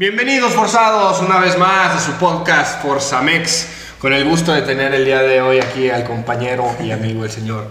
Bienvenidos forzados una vez más a su podcast Forzamex. Con el gusto de tener el día de hoy aquí al compañero y amigo el señor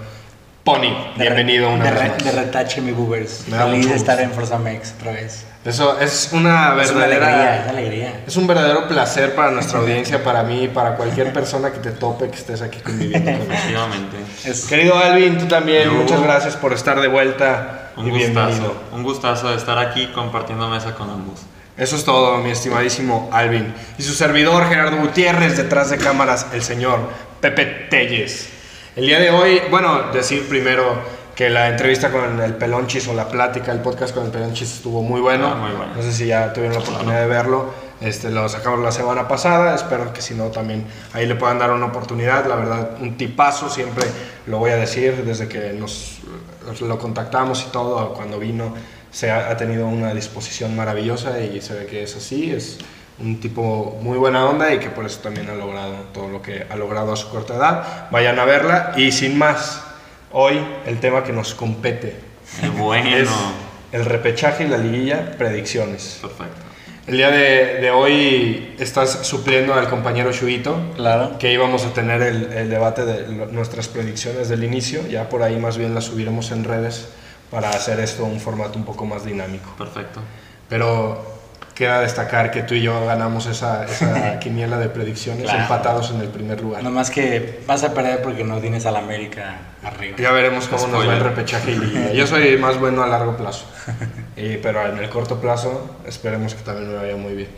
Pony. De re- Bienvenido una de, vez re- más. de retache, mi boobers. Me da Feliz mucho de gusto. estar en Forza Mex otra vez. Eso es una Es una alegría, es verdadera una alegría. es un verdadero placer para nuestra audiencia, para mí y para cualquier persona que te tope que estés aquí conviviendo con nosotros. Efectivamente. Es- Querido Alvin, tú también, Yo. muchas gracias por estar de vuelta Un y gustazo, bienvenido. un gustazo de estar aquí compartiendo mesa con ambos. Eso es todo, mi estimadísimo Alvin. Y su servidor, Gerardo Gutiérrez, detrás de cámaras, el señor Pepe Telles. El día de hoy, bueno, decir primero que la entrevista con el Pelonchis o la plática, el podcast con el Pelonchis estuvo muy bueno. Ah, muy bueno. No sé si ya tuvieron la oportunidad de verlo. Este, lo sacamos la semana pasada. Espero que si no, también ahí le puedan dar una oportunidad. La verdad, un tipazo, siempre lo voy a decir, desde que nos lo contactamos y todo, cuando vino, se ha, ha tenido una disposición maravillosa y se ve que es así. Es un tipo muy buena onda y que por eso también ha logrado todo lo que ha logrado a su corta edad. Vayan a verla y sin más, hoy el tema que nos compete Eh, es bueno. el repechaje y la liguilla, predicciones. Perfecto. El día de, de hoy estás supliendo al compañero Shuito, Claro. que íbamos a tener el, el debate de lo- nuestras predicciones del inicio, ya por ahí más bien las subiremos en redes para hacer esto un formato un poco más dinámico. Perfecto. Pero queda destacar que tú y yo ganamos esa, esa quiniela de predicciones Claro. empatados en el primer lugar. Nomás que vas a perder porque no tienes al América arriba. Ya veremos cómo nos va el Spoiler. repechaje y liguilla. Yo soy más bueno a largo plazo, Y- pero en el corto plazo esperemos que también me vaya muy bien.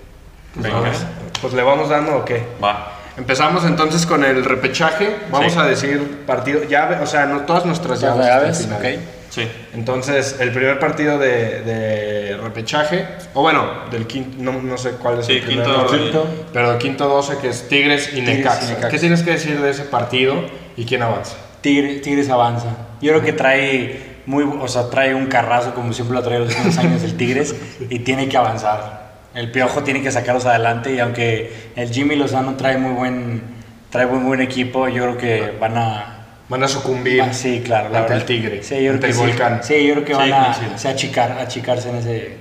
Venga. Vamos. Pues le vamos dando o qué. Va. Empezamos entonces con el repechaje. Vamos Sí. a decir partido, llave, o sea, no todas nuestras Las llaves. llaves, hasta el final. ok. Sí. Entonces, el primer partido de, de repechaje, o bueno, del quinto, no, no sé cuál es Sí, el primer quinto- orden, quinto. pero quinto 12 que es Tigres y Tigres y Necaxa. Necaxa. ¿Qué tienes que decir de ese partido y quién avanza? Tigre- Tigres avanza. Yo creo que trae muy, o sea, trae un carrazo como siempre lo trae los últimos años el Tigres y tiene que avanzar. El Piojo tiene que sacarlos adelante y aunque el Jimmy Lozano trae muy buen, trae muy buen equipo, yo creo que van a, Van a sucumbir Ah, sí, claro. la ante el verdad. Tigre, Sí, yo creo ante que el sí. Volcán. Sí, yo creo que Sí, van a coincido. se achicar, achicarse en ese.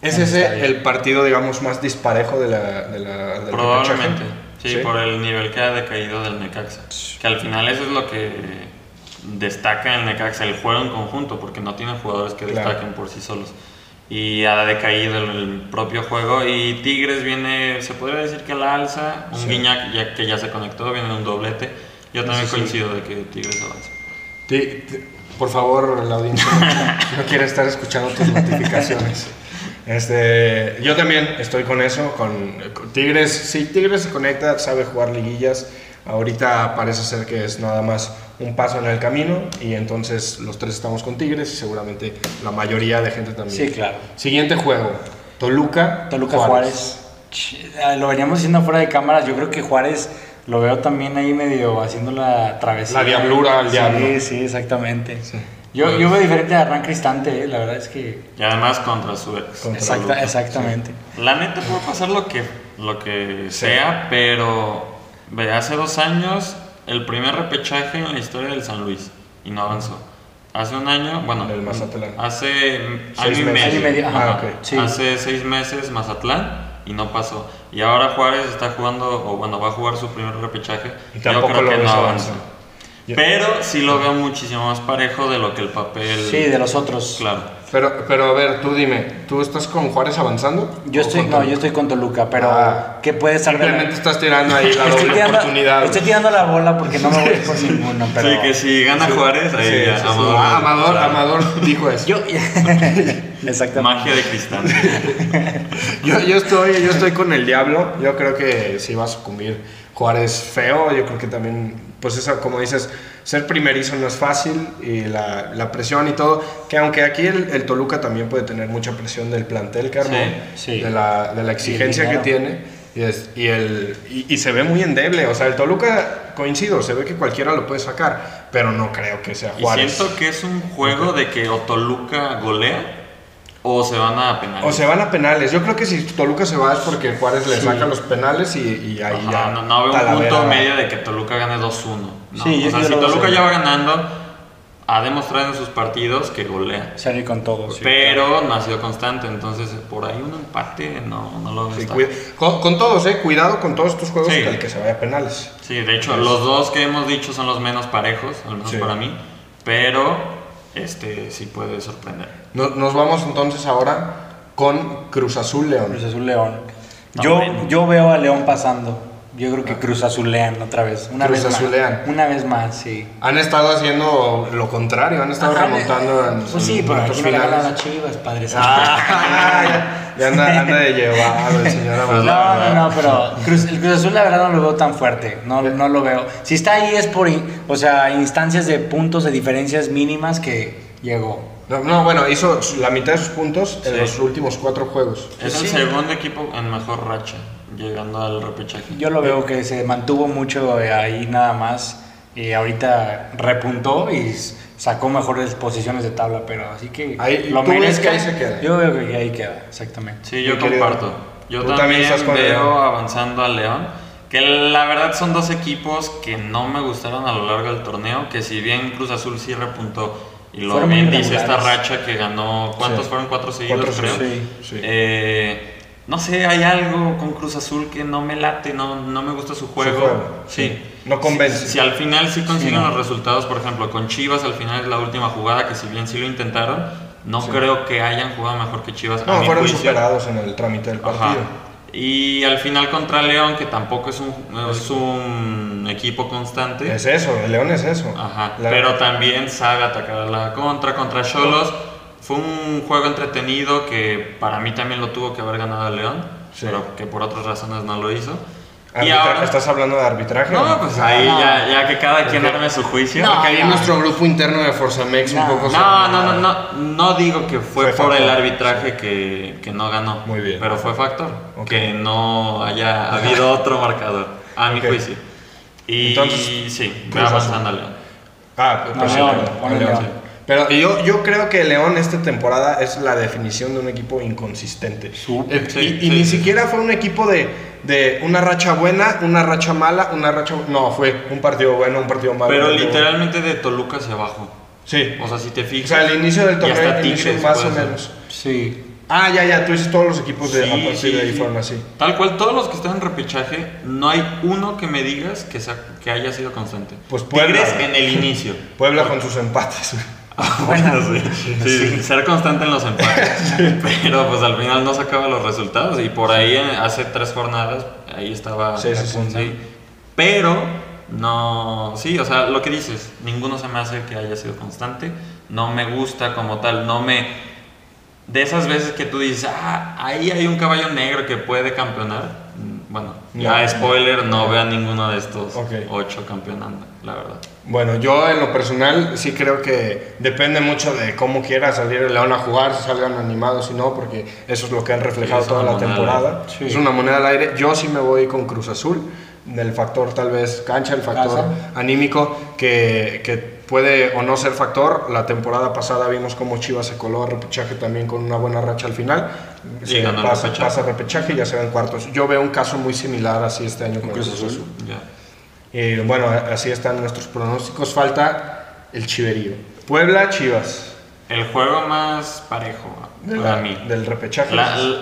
¿Es en ese estadio. el partido, digamos, más disparejo de la, de la, del repechaje? Probablemente. Sí, por el nivel que ha decaído del Necaxa. Que al final eso es lo que destaca el Necaxa, el juego en conjunto, porque no tiene jugadores que Claro. destaquen por sí solos. Y ha decaído el, el propio juego. Y Tigres viene, se podría decir que a la alza, un Sí. Guiñac ya, que ya se conectó, viene un doblete. Yo también Eso sí. coincido de que Tigres avanza. Ti- ti- por favor, la audiencia no- no quiere estar escuchando tus notificaciones. Este, yo también estoy con eso, con, con Tigres. Si Tigres se conecta, sabe jugar liguillas. Ahorita parece ser que es nada más un paso en el camino y entonces los tres estamos con Tigres y seguramente la mayoría de gente también. Sí, claro. Siguiente juego, Toluca. Toluca Juárez. Ch- ah, Lo veníamos haciendo fuera de cámaras. Yo creo que Juárez lo veo también ahí medio haciendo la travesía. La diablura al sí, diablo. Sí, exactamente. Sí. Pues Yo, yo veo diferente a Hernán Cristante, eh, la verdad es que. Y además contra su ex. Contra Exacta- Toluca, exactamente. La neta puede pasar lo que, lo que sea, pero ve, hace dos años el primer repechaje en la historia del San Luis y no avanzó. Hace un año, bueno, Del Mazatlán. hace mm, Seis año meses. y medio, Año y medio, ajá, ajá. ok. Sí. hace seis meses Mazatlán y no pasó. Y ahora Juárez está jugando, o bueno, va a jugar su primer repechaje. Y tampoco lo ves avanzar. Yo- Pero sí lo veo muchísimo más parejo de lo que el papel. Sí, de los otros. Claro. Pero, pero a ver, tú dime, ¿tú estás con Juárez avanzando? Yo ¿O estoy, con no, Toluca? yo estoy con Toluca, pero Ah. ¿qué puede estar de la- Simplemente estás tirando este ahí la Estoy doble tirando, oportunidad. estoy tirando la bola porque no me voy por ninguno. Pero sí, que si gana Juárez, ahí Sí, ya, sí, sí. Amador. Ah, Amador, Claro. Amador dijo eso. Yo, Yo. Exactamente. Magia de cristal. yo, estoy, yo estoy con el diablo. Yo creo que sí va a sucumbir Juárez feo. Yo creo que también, pues eso, como dices, ser primerizo no es fácil y la, la presión y todo. Que aunque aquí el, el Toluca también puede tener mucha presión del plantel, Carmo, Sí, sí. de la, de la exigencia que dinero. tiene. Y, es- y el, y, y se ve muy endeble. O sea, el Toluca, coincido, se ve que cualquiera lo puede sacar, pero no creo que sea y Juárez. siento que es un juego de que o Toluca golea o se van a penales. O se van a penales. Yo creo que si Toluca se va es porque Juárez le Sí. saca los penales y, y ahí Ajá, ya. no, no veo un Talavera punto va. medio de que Toluca gane 2-1. No, Sí, yo- o sea, yo si lo veo Toluca así. ya va ganando, ha demostrado en sus partidos que golea. Salir con todo. sí. pero no ha sido constante, entonces por ahí un empate no, no lo veo. Sí, estar. cuida- con, con todos, eh, cuidado con todos estos juegos Sí. que el que se vaya a penales. Sí, de hecho, los dos que hemos dicho son los menos parejos, al menos Pues- Sí. para mí, pero este sí puede sorprender. No- nos vamos entonces ahora con Cruz Azul León. Cruz Azul León. Ah, Yo, bueno. yo veo a León pasando. Yo creo que Cruz Azulean otra vez. Una Cruz vez Azulean. más. Una vez más, sí. Han estado haciendo lo contrario, han estado Ajá, remontando en Pues sí, en pero minutos aquí me la finales. ganan a Chivas, padre. Ah, ya- ya anda, anda de llevado el señor Pues Amado. No, la- no, verdad. no, pero Cruz- el Cruz Azul la verdad no lo veo tan fuerte, no, Eh. no lo veo. Si está ahí es por, in- o sea, instancias de puntos, de diferencias mínimas que llegó. No, no, bueno, hizo la mitad de sus puntos en Sí. los últimos cuatro juegos. Es el segundo equipo en mejor racha, llegando al repechaje. Yo lo veo que se mantuvo mucho eh, ahí nada más y ahorita repuntó y s- sacó mejores posiciones de tabla, pero así que Ahí- lo ¿tú ves merezca. que ahí se queda? Yo veo que ahí queda, exactamente. Sí, yo Mi querido, comparto. Yo tú también también, estás con veo León. avanzando al León. Que la verdad son dos equipos que no me gustaron a lo largo del torneo. Que si bien Cruz Azul sí repuntó y lo Fueron muy bien dice esta irregulares. racha que ganó, ¿cuántos Sí. fueron? Cuatro seguidos, Cuatro, creo. sí, sí. Eh, no sé, hay algo con Cruz Azul que no me late, no, no me gusta su juego. juego, Sí. No convence. Si, si al final sí consiguen Sí, no. los resultados, por ejemplo, con Chivas al final es la última jugada que si bien sí lo intentaron, no creo que hayan jugado mejor que Chivas. a No, mi fueron juicio. superados en el trámite del Ajá. partido. Y al final contra León, que tampoco es un, es un equipo constante. Es eso, el León es eso. Ajá. La- Pero también sabe atacar a la contra. Contra Cholos fue un juego entretenido que para mí también lo tuvo que haber ganado el León, Sí. pero que por otras razones no lo hizo. Y arbitra- ahora, ¿Estás hablando de arbitraje? no, pues ahí Ah, No. ya, ya que cada Pues quien arme su juicio. No. Porque ahí no. nuestro grupo interno de Forzamex un No. poco... se- No, no, no, no, no digo que Fue fue, por factor. el arbitraje que, que no ganó. Muy bien. Pero fue factor. Ok. Que no haya habido otro marcador, a mi Ok. juicio. Y Entonces, sí, Cruz va Azul. avanzando León. Ah, No, pues sí, León, León, ponle León, León. sí. Pero yo, yo creo que León esta temporada es la definición de un equipo inconsistente. Súper, Eh, sí, y y sí, ni sí. siquiera fue un equipo de, de una racha buena, una racha mala, una racha... No, fue un partido bueno, un partido malo. Pero un partido bueno. literalmente de Toluca hacia abajo. Sí. O sea, si te O fijas. sea, al inicio del y torneo hasta el inicio Tigres más puede o ser. menos. Sí, Ah, ya, ya, tú dices todos los equipos de, a Sí, partir sí, de ahí sí. fueron así. Tal cual, todos los que están en repechaje, no hay uno que me digas que, sea- que haya sido constante. Pues Puebla. Tigres en el inicio. Puebla con sus empates. Ah, bueno, sí. Sí, Ser constante en los empates. Pero pues al final no sacaba los resultados. Y por ahí eh, hace tres jornadas, ahí estaba. Sí, sí, sí. Sí. Pero no. Sí, o sea, lo que dices, ninguno se me hace que haya sido constante. No me gusta como tal. No me. De esas veces que tú dices, ah, ahí hay un caballo negro que puede campeonar. mm, Bueno, ya No. spoiler, no veo a ninguno de estos Ok. ocho campeonando, la verdad. Bueno, yo en lo personal sí creo que depende mucho de cómo quiera salir el León a jugar, si salgan animados si no, porque eso es lo que han reflejado Sí, es toda una la moneda al temporada. aire. Sí. Es una moneda al aire. Yo sí me voy con Cruz Azul, del factor tal vez cancha, el factor Casa. anímico, que, que puede o no ser factor. La temporada pasada vimos cómo Chivas se coló a repechaje también con una buena racha al final. Y Se ganó el pasa, repechaje. pasa repechaje y ya se ven cuartos. Yo veo un caso muy similar así este año con Cruz Azul. Ya. Eh, bueno, así están nuestros pronósticos. Falta el chiverío. Puebla, Chivas. El juego más parejo De para la- mí. Del repechaje. La- la-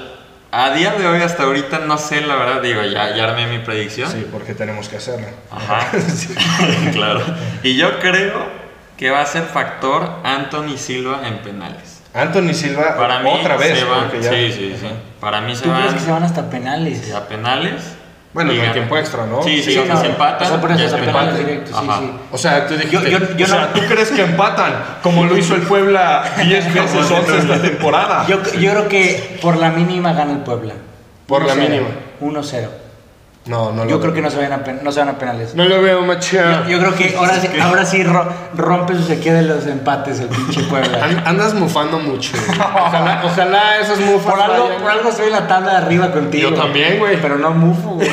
a día de hoy, hasta ahorita, no sé, la verdad, digo, ya, ya armé mi predicción. Sí, porque tenemos que hacerlo. Ajá. claro. Y yo creo que va a ser factor Anthony Silva en penales. Anthony Silva, Para mí otra vez. se van. porque ya- Sí, sí, sí. Para mí se ¿tú crees van que se van hasta penales? a penales. Bueno, y no en ganan. tiempo extra, ¿no? Sí, sí, Sí, o sea, no, se empatan. o sea, por eso, ya o sea, se penales empatan. directos, sí, Ajá. sí. O sea, tú dijiste, Yo- yo- yo o sea, no- ¿tú crees que empatan? Como lo hizo el Puebla 10 veces 11 esta temporada. Yo, yo creo que por la mínima gana el Puebla. Por la 1-0, mínima. 1-0. no, no lo Yo veo. creo que no se van a, pen- no se van a penales. No lo veo, macho. Yo, yo creo que ahora, sí- ahora sí ro- rompe su sequía de los empates el pinche Puebla. An- Andas mufando mucho. Ojalá, ojalá esas mufas. Por algo, vayan. por algo soy la tabla de arriba contigo. Yo también, güey. Pero no mufo, güey.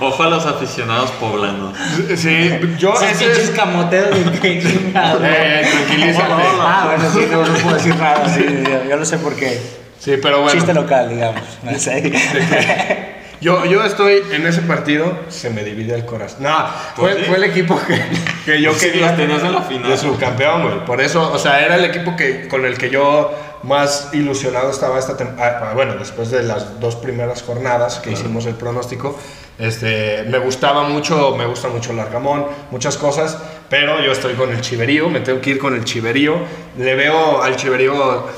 Ojo a los aficionados poblanos. Sí, yo Esos ese es- pinches camoteos de qué chingado. Eh, tranquilízate. Ah, bueno, sí, no, no puedo decir nada. Sí, yo, yo no sé por qué. Sí, pero bueno. Chiste local, digamos. No sé. Yo, yo estoy en ese partido, se me divide el corazón. No, Pues fue, sí. fue el equipo que, que yo Sí, quería. los tenías en la final. De subcampeón, güey. Por eso, o sea, era el equipo que, con el que yo más ilusionado estaba esta temporada. Bueno, después de las dos primeras jornadas que hicimos el pronóstico, este, me gustaba mucho, me gusta mucho el Arcamón, muchas cosas, pero yo estoy con el Chiverío, me tengo que ir con el Chiverío. Le veo al Chiverío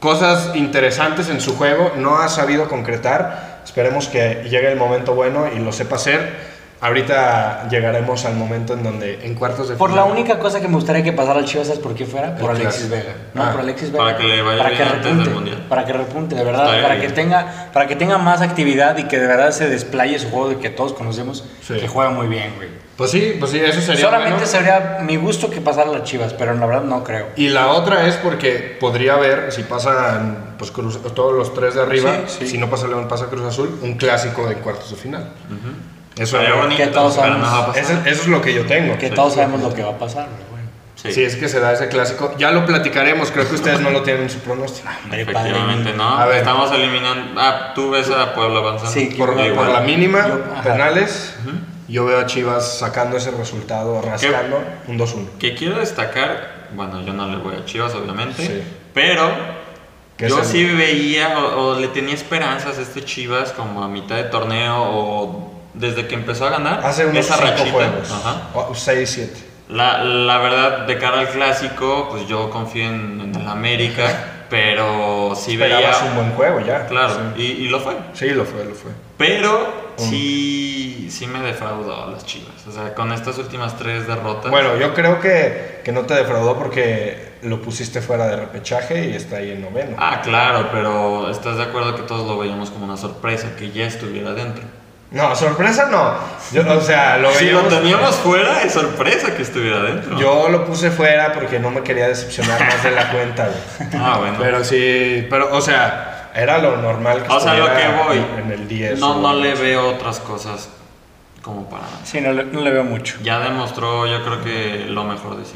cosas interesantes en su juego, no ha sabido concretar. Esperemos que llegue el momento bueno y lo sepa hacer. Ahorita llegaremos al momento en donde en cuartos de Por la final- única cosa que me gustaría que pasara al Chivas, ¿sabes por qué fuera? Por El Alexis clásico. Vega. No, Ah, por Alexis Vega. para que le vaya Para bien que antes del repunte, Mundial. Para que repunte, de Está verdad. bien. Para que, tenga, para que tenga más actividad y que de verdad se desplaye su juego de que todos conocemos Sí. que juega muy bien, güey. Pues sí, pues sí, eso sería Solamente bueno. sería mi gusto que pasara a las Chivas, pero la verdad no creo. Y la otra es porque podría haber, si pasan pues, Cruz- todos los tres de arriba, Sí, sí. si no pasa León, pasa Cruz Azul, un clásico de cuartos de final. eso, Estaría es- bonito, que todos pero sabemos. no va a pasar. eso- eso es lo que yo tengo. Que todos sabemos lo que va a pasar, güey. bueno. Sí. Si es que se da ese clásico, ya lo platicaremos, creo que ustedes no lo tienen en su pronóstico. Hombre, padre Efectivamente, mío. ¿no? A ver. Estamos eliminando. Ah, tú ves a Puebla avanzando. Sí, Por, Igual. por la mínima, Yo- ajá. penales, yo veo a Chivas sacando ese resultado, rascando un 2-1. Que quiero destacar, bueno, yo no le voy a Chivas, obviamente, Sí. pero Que yo es el- sí veía o, o le tenía esperanzas a este Chivas como a mitad de torneo o desde que empezó a ganar. Hace unos esa 5 rachita. juegos, Oh, Ajá. 6-7. La, la verdad, de cara al clásico, pues yo confío en, en el América, pero sí Esperabas un veía. buen juego ya. Claro, y, y lo fue. Sí. Sí, lo fue, lo fue. Pero sí, sí me defraudó a las Chivas. O sea, con estas últimas tres derrotas. Bueno, yo creo que, que no te defraudó porque lo pusiste fuera de repechaje y está ahí en noveno. Ah, claro, pero estás de acuerdo que todos lo veíamos como una sorpresa, que ya estuviera dentro. No, sorpresa no. Yo, o sea, lo si lo veíamos- teníamos fuera, es sorpresa que estuviera dentro. Yo lo puse fuera porque no me quería decepcionar más de la cuenta. güey. Ah, bueno. Pero sí, pero, o sea, era lo normal que o sea, lo que estuviera voy. en el 10. no, o- no le veo otras cosas como para. Sí, no le, no le veo mucho. Ya demostró, yo creo que lo mejor de sí.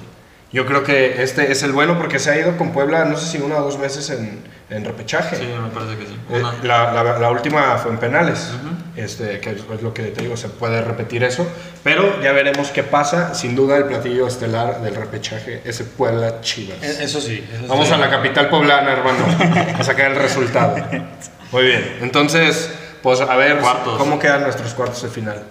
Yo creo que este es el bueno porque se ha ido con Puebla, no sé si una o dos veces en, en repechaje. Sí, me parece que sí. Eh, Una. la, la- la última fue en penales, este, que es lo que te digo, se puede repetir eso, pero ya veremos qué pasa. Sin duda, el platillo estelar del repechaje es el Puebla Chivas. E- Eso sí. eso Vamos sí. a la capital poblana, hermano, a sacar el resultado. Muy bien, entonces, pues a ver Cuartos. cómo quedan nuestros cuartos de final.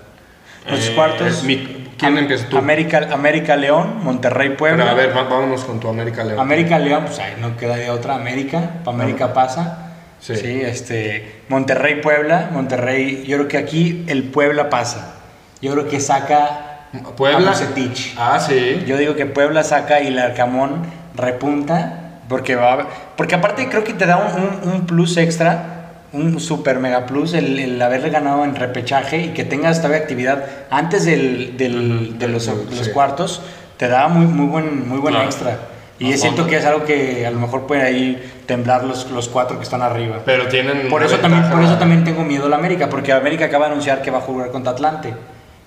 Los Eh, cuartos. Mi- ¿Quién empieza tú? América, América León, Monterrey Pero Puebla. a ver, va- vámonos con tu América León. Ah. América León, pues ahí no queda de otra. América, pa' América pasa. Sí. Sí. este. Monterrey Puebla, Monterrey. Yo creo que aquí el Puebla pasa. Yo creo que saca. Puebla. A Bucetich. Ah, sí. Yo digo que Puebla saca y el Arcamón repunta. Porque va a- Porque aparte creo que te da un, un- un plus extra. Un super mega plus. El, el haber ganado en repechaje y que tengas todavía actividad antes del, del- de los, Sí. los cuartos. Te da muy, muy buen, muy buen Claro. extra. Y Más siento fondo. que es algo que a lo mejor puede ahí temblar los, los cuatro que están arriba. Pero tienen. Por una eso, también, ventaja- por eso también tengo miedo a la América, porque América acaba de anunciar que va a jugar contra Atlante.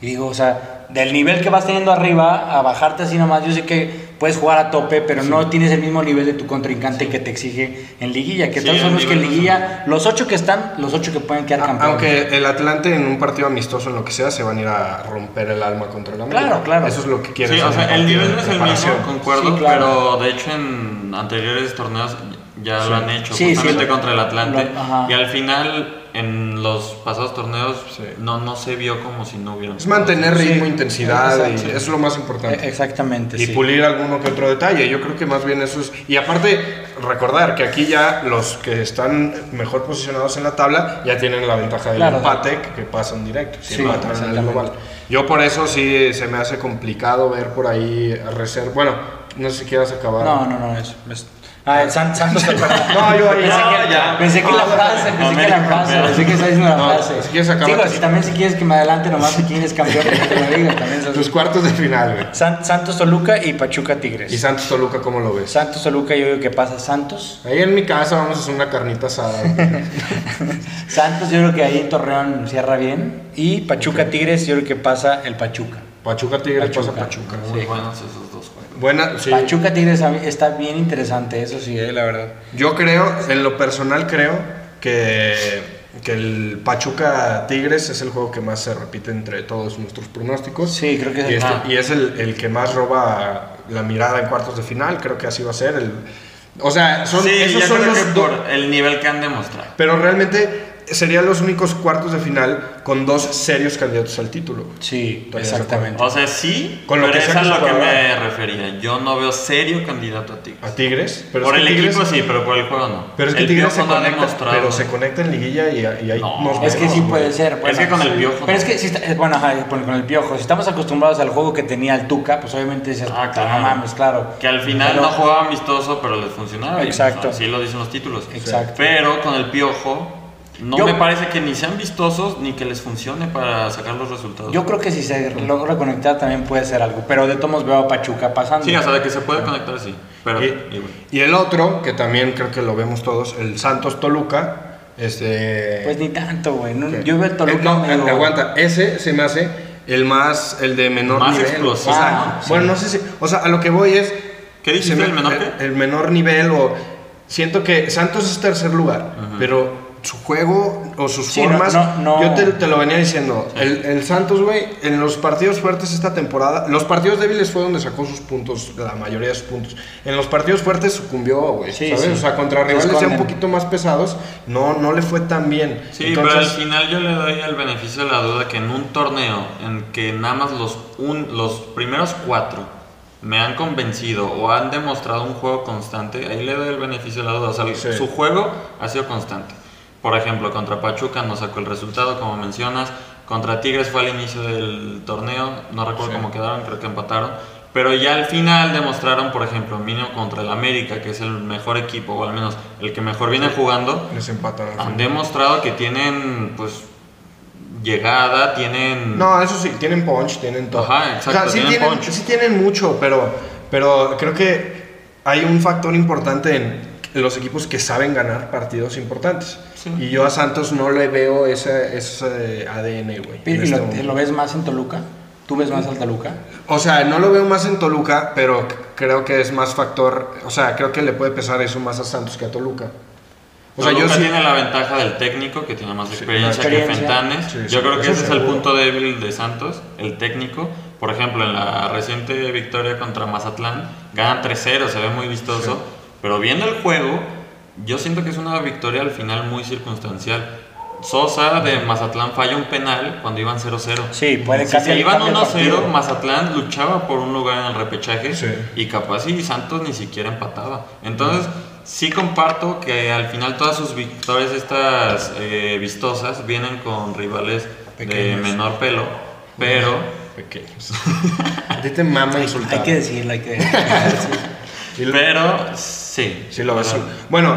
Y digo, o sea, del nivel que vas teniendo arriba, a bajarte así nomás, yo sé que puedes jugar a tope, pero no tienes el mismo nivel de tu contrincante que te exige en liguilla, que Sí, todos el son los que en nivel no es liguilla, los ocho que están, los ocho que pueden quedar A- campeones. Ah, Aunque el Atlante en un partido amistoso, en lo que sea, se van a ir a romper el alma contra el América. Claro, claro. Eso es lo que quieren. Sí, o sea, el nivel no es el mismo, concuerdo, Sí, claro. pero de hecho en anteriores torneos ya Sí. lo han hecho, Sí, sí, justamente lo- contra el Atlante. lo- ajá. y al final, en los pasados torneos, Sí. no, no se vio como si no hubieran. Es mantener Sí, ritmo, intensidad, y exacto. eso es lo más Eh, importante. Exactamente, y sí. pulir alguno que otro detalle. Yo creo que más bien eso es. Y aparte, recordar que aquí ya los que están mejor posicionados en la tabla ya tienen la ventaja del Claro. empate que- que pasan directo. si Sí, empatan en el exactamente. global. Yo por eso sí se me hace complicado ver por ahí reserva. Bueno, no sé si quieras acabar. No, no, no, eso. es- Ah, el San- Santos No, yo ahí- pensé, no, que, ya. pensé que la No, frase, pensé no, que la América frase, campeón. pensé que estaba diciendo la No, frase. si quieres acabar Digo, tú. si también si quieres que me adelante nomás de quién es campeón, que te lo diga, también Tus sos- cuartos de final, güey. San- Santos Toluca y Pachuca ¿Y Tigres. Santos Toluca cómo lo ves? Santos Toluca yo digo que pasa Santos. Ahí en mi casa vamos a hacer una carnita asada. Santos yo creo que ahí en Torreón cierra bien y Pachuca Tigres yo creo que pasa el Pachuca. Pachuca Tigres pasa Pachuca. Pachuca. Muy Sí. buenos esos dos juegos. Buena, sí. Pachuca Tigres a mí está bien interesante, eso sí, eh, la verdad. Yo creo, en lo personal creo que que el Pachuca Tigres es el juego que más se repite entre todos nuestros pronósticos. Sí, creo que es y el- este- ah. y es el, el que más roba la mirada en cuartos de final, creo que así va a ser. El, o sea, son, sí, esos yo son creo los que do- por el nivel que han demostrado. Pero realmente serían los únicos cuartos de final con dos serios candidatos al título. Sí, Todavía se exactamente. O sea, sí, Con lo pero que es sea a que se lo que pueda me refería. Yo no veo serio candidato a Tigres. A Tigres. Pero por es que el Tigres- equipo sí, pero por el juego no. Pero es que el Tigres Piojo se no ha conecta, demostrado. pero se conecta en liguilla y, y ahí No. nos Es que vemos, sí güey. puede ser. bueno, que con el sí. Piojo, Pero ¿no? es que sí está- eh, bueno, ajá, con, con el piojo. Si estamos acostumbrados al juego que tenía el Tuca, pues obviamente dices, Ah, "Puta, claro. no mames, claro. Que al final Pero- no jugaba amistoso, pero les funcionaba. y, Exacto. pues, así lo dicen los títulos. Exacto. Pero con el piojo, no Yo- me parece que ni sean vistosos ni que les funcione para sacar los resultados. Yo creo que si se logra conectar también puede ser algo. Pero de todos modos veo a Pachuca pasando. Sí, o sea, de que se puede conectar, sí. Pero, Eh, Y, igual. y el otro, que también creo que lo vemos todos, el Santos Toluca. Este, Pues ni tanto, güey. No, que- Yo veo el Toluca. Eh, no, medio- aguanta, ese se me hace el más, el de menor Más nivel. explosivo, Ah, O sea, ¿no? Sí. Bueno, no sé si. O sea, a lo que voy es. ¿Qué dijiste, se me- el menor El, qué? el menor nivel, o. Siento que Santos es tercer lugar, pero su juego o sus Sí, no, formas. no, no. Yo te, te lo venía diciendo. El, el Santos, güey, en los partidos fuertes esta temporada. Los partidos débiles fue donde sacó sus puntos, la mayoría de sus puntos. En los partidos fuertes sucumbió, güey. Sí, ¿Sabes? sí. O sea, contra Se rivales ya un esconden. poquito más pesados, no, no le fue tan bien. Sí, Entonces- pero al final yo le doy el beneficio de la duda que en un torneo en que nada más los, un, los primeros cuatro me han convencido o han demostrado un juego constante, ahí le doy el beneficio de la duda. O sea, Sí. su juego ha sido constante. Por ejemplo, contra Pachuca no sacó el resultado, como mencionas. Contra Tigres fue al inicio del torneo, no recuerdo Sí. cómo quedaron, creo que empataron. Pero ya al final demostraron, por ejemplo, mínimo contra el América, que es el mejor equipo, o al menos el que mejor viene jugando, Les empatan al han final. demostrado que tienen, pues, llegada, tienen... No, eso sí, tienen punch, tienen todo. Ajá, exacto, sí tienen tienen, punch. sí tienen mucho, pero, pero creo que hay un factor importante en los equipos que saben ganar partidos importantes. Sí. Y yo a Santos no le veo ese, ese ADN, güey. ¿Y en este lo, momento. lo ves más en Toluca? ¿Tú ves más al Toluca? O sea, no lo veo más en Toluca, pero c- creo que es más factor. O sea, creo que le puede pesar eso más a Santos que a Toluca. O sea, yo sí. tiene pues, la ventaja del técnico, que tiene más Sí, experiencia, la que experiencia. Fentanes. Sí, sí, Yo creo que eso ese es el seguro. punto débil de Santos, el técnico. Por ejemplo, en la reciente victoria contra Mazatlán, ganan 3-0, se ve muy vistoso. Sí. Pero viendo el juego, yo siento que es una victoria al final muy circunstancial. Sosa de Mazatlán falla un penal cuando iban 0-0. Sí, puede Si cambiar- se iban cambiar el 1-0, partido. Mazatlán luchaba por un lugar en el repechaje Sí. y capaz y Santos ni siquiera empataba. Entonces, sí comparto que al final todas sus victorias estas eh, vistosas vienen con rivales Pequeños. de menor pelo, pero Pequeños. A ti te mama insultar. Hay que decirlo, hay que decirlo. Y lo- pero sí, Sí, lo ves. ¿verdad? Bueno,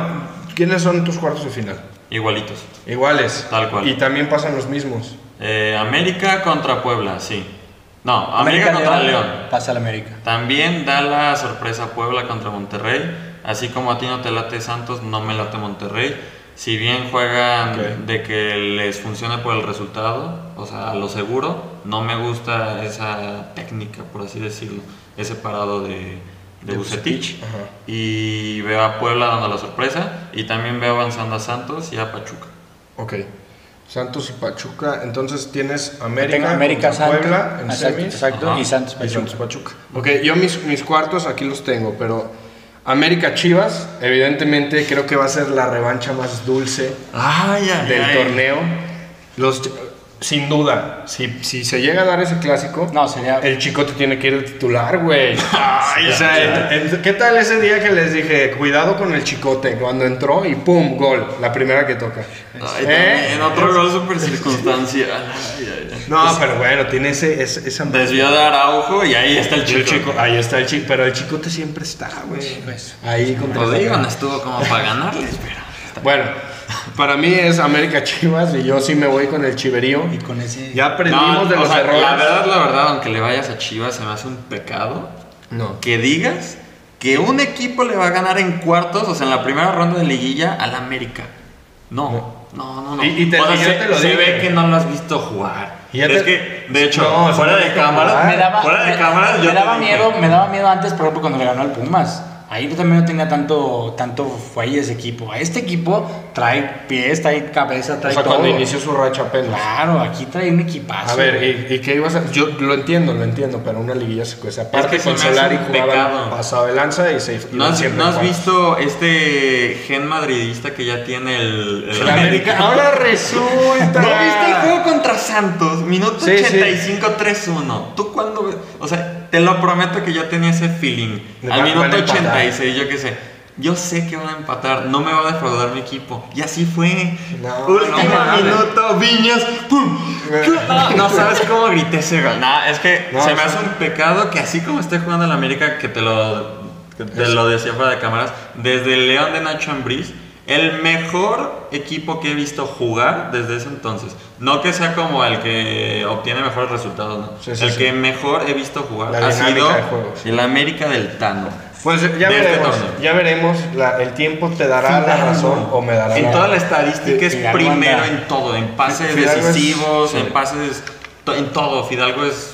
¿quiénes son tus cuartos de final? igualitos. Iguales. Tal cual. Y también pasan los mismos. Eh, América contra Puebla, sí. No, América, América contra León León. pasa al América. También da la sorpresa a Puebla contra Monterrey. Así como a ti no te late Santos, no me late Monterrey. Si bien juegan Ok. de que les funcione por el resultado, o sea, a lo seguro, no me gusta esa técnica, por así decirlo, ese parado de, de, De Vucetich. Ajá. Y veo a Puebla dando la sorpresa y también veo avanzando a Santos y a Pachuca. Ok. Santos y Pachuca. Entonces tienes América, Tengo América contra Santos. Puebla en exacto, semis exacto, Ajá. y Santos y Santos Pachuca. Pachuca. Ok, yo mis, mis cuartos aquí los tengo, pero América Chivas, evidentemente creo que va a ser la revancha más dulce ¡Ay, ay, del ay! torneo. Los, Ch- sin duda, si, si se llega a dar ese clásico, No, sería. El chico te tiene que ir de titular, güey. Ay, o sea, en- en- ¿qué tal ese día que les dije, cuidado con el chicote? Cuando entró y pum, gol, la primera que toca. Ay, ¿Eh? también, otro gol super circunstancial. Ay, ay, ay. No, pero bueno, tiene ese, ese- esa Desvió de Araujo y ahí está el chico. El chico, ahí está el chico, pero el chicote siempre está, güey. Pues, Ahí contra Rodrigo no estuvo como para ganarles, pero. Bueno, para mí es América Chivas y yo sí me voy con el chiverío. y con ese. Ya aprendimos No, de o los sea, errores. La verdad, la verdad, aunque le vayas a Chivas, se me hace un pecado No. que digas que un equipo le va a ganar en cuartos, o sea, en la primera ronda de liguilla al América. No, no, no, no. Y- y te- O sea, y yo se, te lo se dije. ve que no lo has visto jugar. Y ya es te- que, de hecho, No, fuera se me de hace jugar. cámara, me daba, fuera de me- cámara, me yo te daba dije, miedo, me daba miedo antes, por ejemplo, cuando le ganó al Pumas. Ahí también no tenga tanto, tanto fuelle ese equipo. Este equipo trae pies, trae cabeza, O trae sea, todo. cuando inició su racha apenas. Claro, aquí trae un equipazo. A ver, ¿y, y qué ibas a Yo lo entiendo, lo entiendo, pero una liguilla se cuesta. Aparte, que se con me hace Solari un jugaban pecado. pasado de lanza y se ¿No iban has, siempre no has cuartos. visto este gen madridista que ya tiene el, el El América. Ahora resulta. ¿No viste el juego contra Santos? Minuto Sí, sí. 85 3-1. ¿Tú cuándo ves? O sea, te lo prometo que ya tenía ese feeling. Van- Al van minuto a empatar. 86, yo qué sé. Yo sé que van a empatar, no me va a defraudar mi equipo. Y así fue. No, Último no, no, no. minuto, Viñas. ¡pum! No, no sabes cómo grité ese gol. No, es que No, se me sí. hace un pecado que así como esté jugando el América, que te lo, que te lo decía fuera de cámaras, desde el León de Nacho Ambriz, el mejor equipo que he visto jugar desde ese entonces. No que sea como el que obtiene mejores resultados, no. Sí, sí, el sí. que mejor he visto jugar La ha dinámica sido de juego, sí. el América del Tano. Pues ya de este veremos, torneo. ya veremos. la- el tiempo te dará la Fidalgo. razón o me dará En la toda la estadística es Fidalgo primero anda- en todo, en pases Fidalgo es- decisivos, sí. en pases, to- en todo. Fidalgo es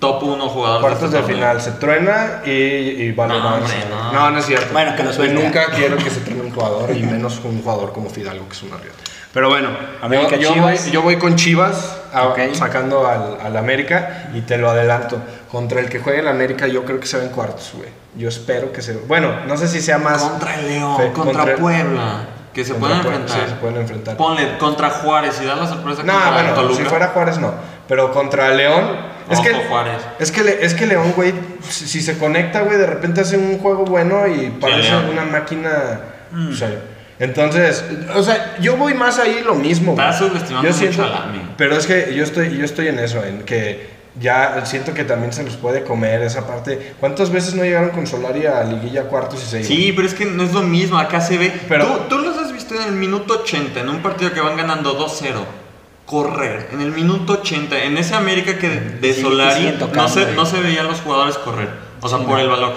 top 1 jugador. Cuartos este de torneo. final, se truena y, y van No, a hombre, no. no. no, es cierto. Bueno, que lo suelte. Nunca quiero que se truene un jugador y menos un jugador como Fidalgo, que es una riata. Pero bueno, yo, América, yo voy, Chivas. yo voy con Chivas a- Ok. sacando al, al América y te lo adelanto. Contra el que juegue el América, yo creo que se ven cuartos, güey. Yo espero que se. Bueno, no sé si sea más. Contra el León, Fe- contra, contra- Puebla. Que se Contra pueden Puebla, enfrentar. sí, se pueden enfrentar. Ponle contra Juárez y da la sorpresa No, contra bueno, Toluca. si fuera Juárez no. Pero contra León. Es Ojo, que, Juárez. es que le- es que León, güey, si, si se conecta, güey, de repente hace un juego bueno y parece León. una máquina. o sea, entonces, o sea, yo voy más ahí lo mismo. güey. Estás subestimando Yo mucho siento- al AMI. Pero es que yo estoy, yo estoy en eso, en que ya siento que también se los puede comer esa parte. ¿Cuántas veces no llegaron con Solari a liguilla cuartos y se iban? Sí, pero es que no es lo mismo. Acá se ve. Pero- tú, tú los has visto en el minuto 80, en un partido que van ganando 2-0. Correr. En el minuto 80, en ese América que de, de Sí, Solari sí, siguen tocando, no, se, eh. no se veían los jugadores correr. O sea, Sí, por no. el valor.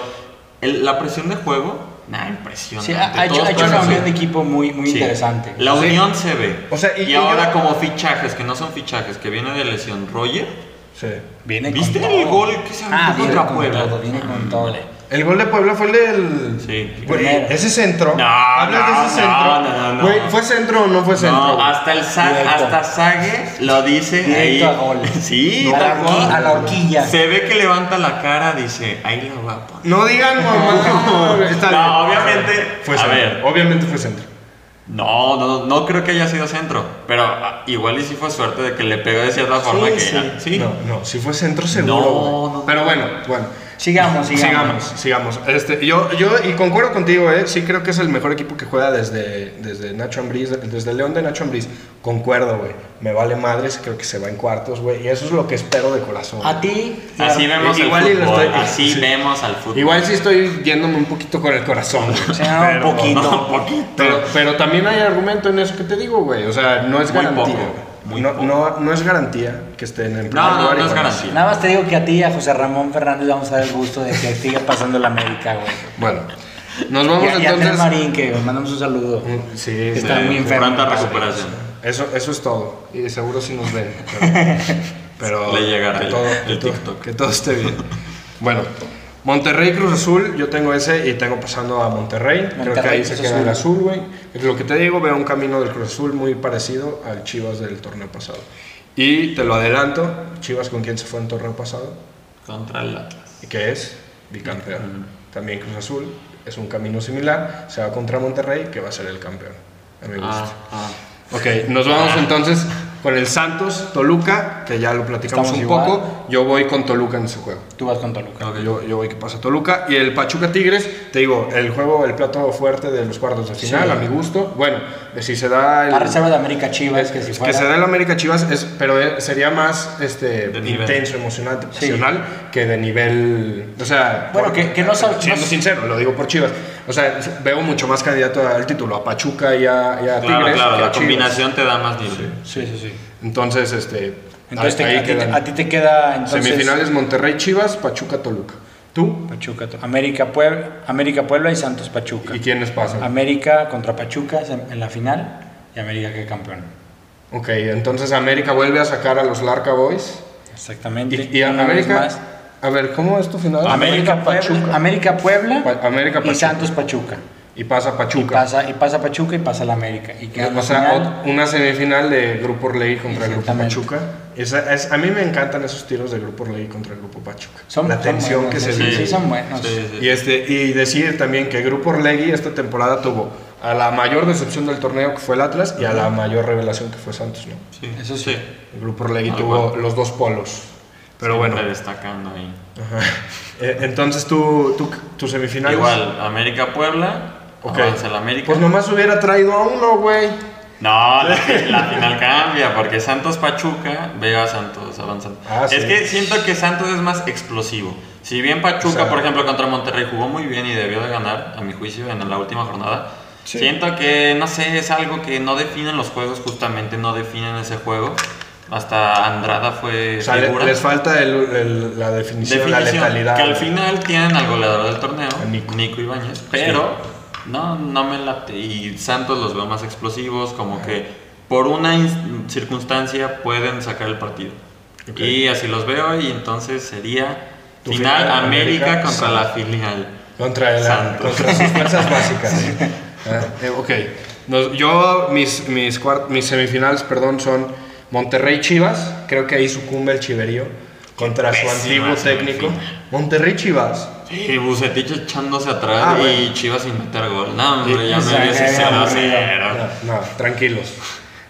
El- la presión de juego, nah, impresionante. Sí, ha, ha hecho, Todos ha hecho juegan una así. unión de equipo muy, muy Sí. interesante. La Sí. unión se ve. O sea, y- y, y yo- ahora como fichajes, que no son fichajes, que viene de lesión Roger. Sí. Viene ¿Viste con el todo. gol que se ah, aventó viene contra con Puebla? Mm. todo, viene con todo. le- El gol de Puebla fue el del. Sí. Güey, Primero. ese centro. No, Hablas de no, ese no, centro. no, no, Güey, no. ¿fue centro o no fue centro? No, güey? hasta el Sa- Directo. hasta Sague lo dice Directo ahí. a gol. Sí, No, a, la tal cual. horqui- a la horquilla. Se ve que levanta la cara, dice, ahí la va a poner". No digan mamá. güey, está bien. No, obviamente. Fue a centro. ver. Obviamente fue centro. No, no, no creo que haya sido centro. Pero ah, igual y sí fue suerte de que le pegó de cierta forma que sí. ya- Sí. No, no, si fue centro seguro. No, güey. no, no. Pero bueno, bueno. Sigamos, sigamos. Sigamos, sigamos. Este, yo, yo, y concuerdo contigo, ¿eh? sí creo que es el mejor equipo que juega desde, desde Nacho Ambriz, desde el León de Nacho Ambriz. Concuerdo, güey. Me vale madres, creo que se va en cuartos, güey. Y eso es lo que espero de corazón. A ti. Así claro. vemos Igual y el lo fútbol. estoy- Así sí. vemos al fútbol. Igual sí estoy yéndome un poquito con el corazón. güey. O sea, un poquito. No, poquito. Pero, pero también hay argumento en eso que te digo, güey. O sea, no es Muy garantía. poco, güey. muy no, poco. no, no es garantía que estén en el primer No, no, lugar. y no es bueno, garantía. Nada más te digo que a ti y a José Ramón Fernández le vamos a dar el gusto de que siga pasando la América, güey. Bueno, nos vamos y a, y a Tere entonces. Marín, que le mandamos un saludo. Mm, sí, Que sí. está muy enfermo. Pronta recuperación. Eso, eso es todo. Y seguro si nos ven. Pero, pero Le llegará que el- todo, el que todo- TikTok. que todo esté bien. Bueno, Monterrey Cruz Azul, yo tengo ese y tengo pasando a Monterrey. Creo que Monterrey, ahí se Cruz queda Azul. el azul, güey. Es Lo que te digo, veo un camino del Cruz Azul muy parecido al Chivas del torneo pasado. Y te lo adelanto, Chivas con quien se fue en torneo pasado, Contra el Atlas. y que es bicampeón. También Cruz Azul es un camino similar, se va contra Monterrey, que va a ser el campeón. A mi gusto. Ah, ah. Ok, nos vamos entonces con el Santos, Toluca, que ya lo platicamos Estamos un igual. poco. Yo voy con Toluca en ese juego. Tú vas con Toluca. Ok. Yo, yo voy que pasa Toluca. Y el Pachuca Tigres, te digo, el juego, el plato fuerte de los cuartos de final, a mi gusto. Bueno, eh, si se da el. A reserva de América Chivas, que si Que fuera. se da el América Chivas, es, pero eh, sería más este, De nivel. intenso, emocionante, Sí. pasional, que de nivel. O sea, Bueno, que- que no sab- Siendo no- sincero, lo digo por Chivas. O sea, veo mucho más candidato al título, a Pachuca y a, y a Claro, Tigres. claro, que a la Chivas. combinación te da más nivel. Sí, sí, sí. Entonces, este. Entonces te- ahí a, ti, quedan. te- a ti te queda entonces, Semifinales Monterrey Chivas, Pachuca Toluca. ¿Tú? Pachuca, to- América, Puebla, América Puebla y Santos Pachuca. ¿Y quiénes pasan? América contra Pachuca en en la final y América que campeón. ok, entonces América vuelve a sacar a los Larca Boys. Exactamente. Y, y a- Una vez América, más. A ver, ¿cómo es tu final? América Puebla, América Puebla Pa- América, y Pachuca. Santos Pachuca. Y pasa Y Pachuca. pasa, y pasa Pachuca y pasa la América. Y queda O la sea, final. ot- una semifinal de Grupo Orlegui contra el Grupo Exactamente. Pachuca. Esa- es- a mí me encantan esos tiros de Grupo Orlegui contra el Grupo Pachuca. Son- la son tensión buenos, que se sí, vive. sí, son buenos. Sí, sí. Y, este, y decir también que Grupo Orlegui esta temporada tuvo a la mayor decepción del torneo, que fue el Atlas, y a la mayor revelación, que fue Santos. ¿no? Sí, Eso sí. El Grupo Orlegui Ah, tuvo bueno. los dos polos. Pero Siempre bueno, destacando ahí. Ajá. Eh, entonces tú, tú, tu semifinal. Igual, América Puebla. Avanza el América. Pues nomás hubiera traído a uno, güey. No, la, fi- la final cambia, porque Santos Pachuca veo a Santos avanzando. Ah, sí. Es que siento que Santos es más explosivo. Si bien Pachuca, O sea- por ejemplo, contra Monterrey jugó muy bien y debió de ganar, a mi juicio, en la última jornada, Sí. siento que, no sé, es algo que no definen los juegos, justamente no definen ese juego. Hasta Andrada fue O sea, le- figura. les falta el- el- la definición, la Definición, letalidad. Que al final tienen al goleador del torneo, A Nico. Nico, Ibáñez, pero no, no me late. Y Santos los veo más explosivos, como que por una in- circunstancia pueden sacar el partido. Ok. Y así los veo, y entonces sería Tu final final, América, América, contra sí. la filial. Contra, el- Santos. contra sus fuerzas básicas. Ah, eh, ok. Nos- yo, mis, mis, cuart- mis semifinales, perdón, son Monterrey-Chivas. Creo que ahí sucumbe el chiverío contra su pésima antiguo técnico. semifinal. Monterrey-Chivas. Y Bucetich echándose atrás Ah, y bueno. Chivas sin meter gol. No, hombre, Y- ya y me se dio ese agrega cero a la liga. cero. No, no, tranquilos.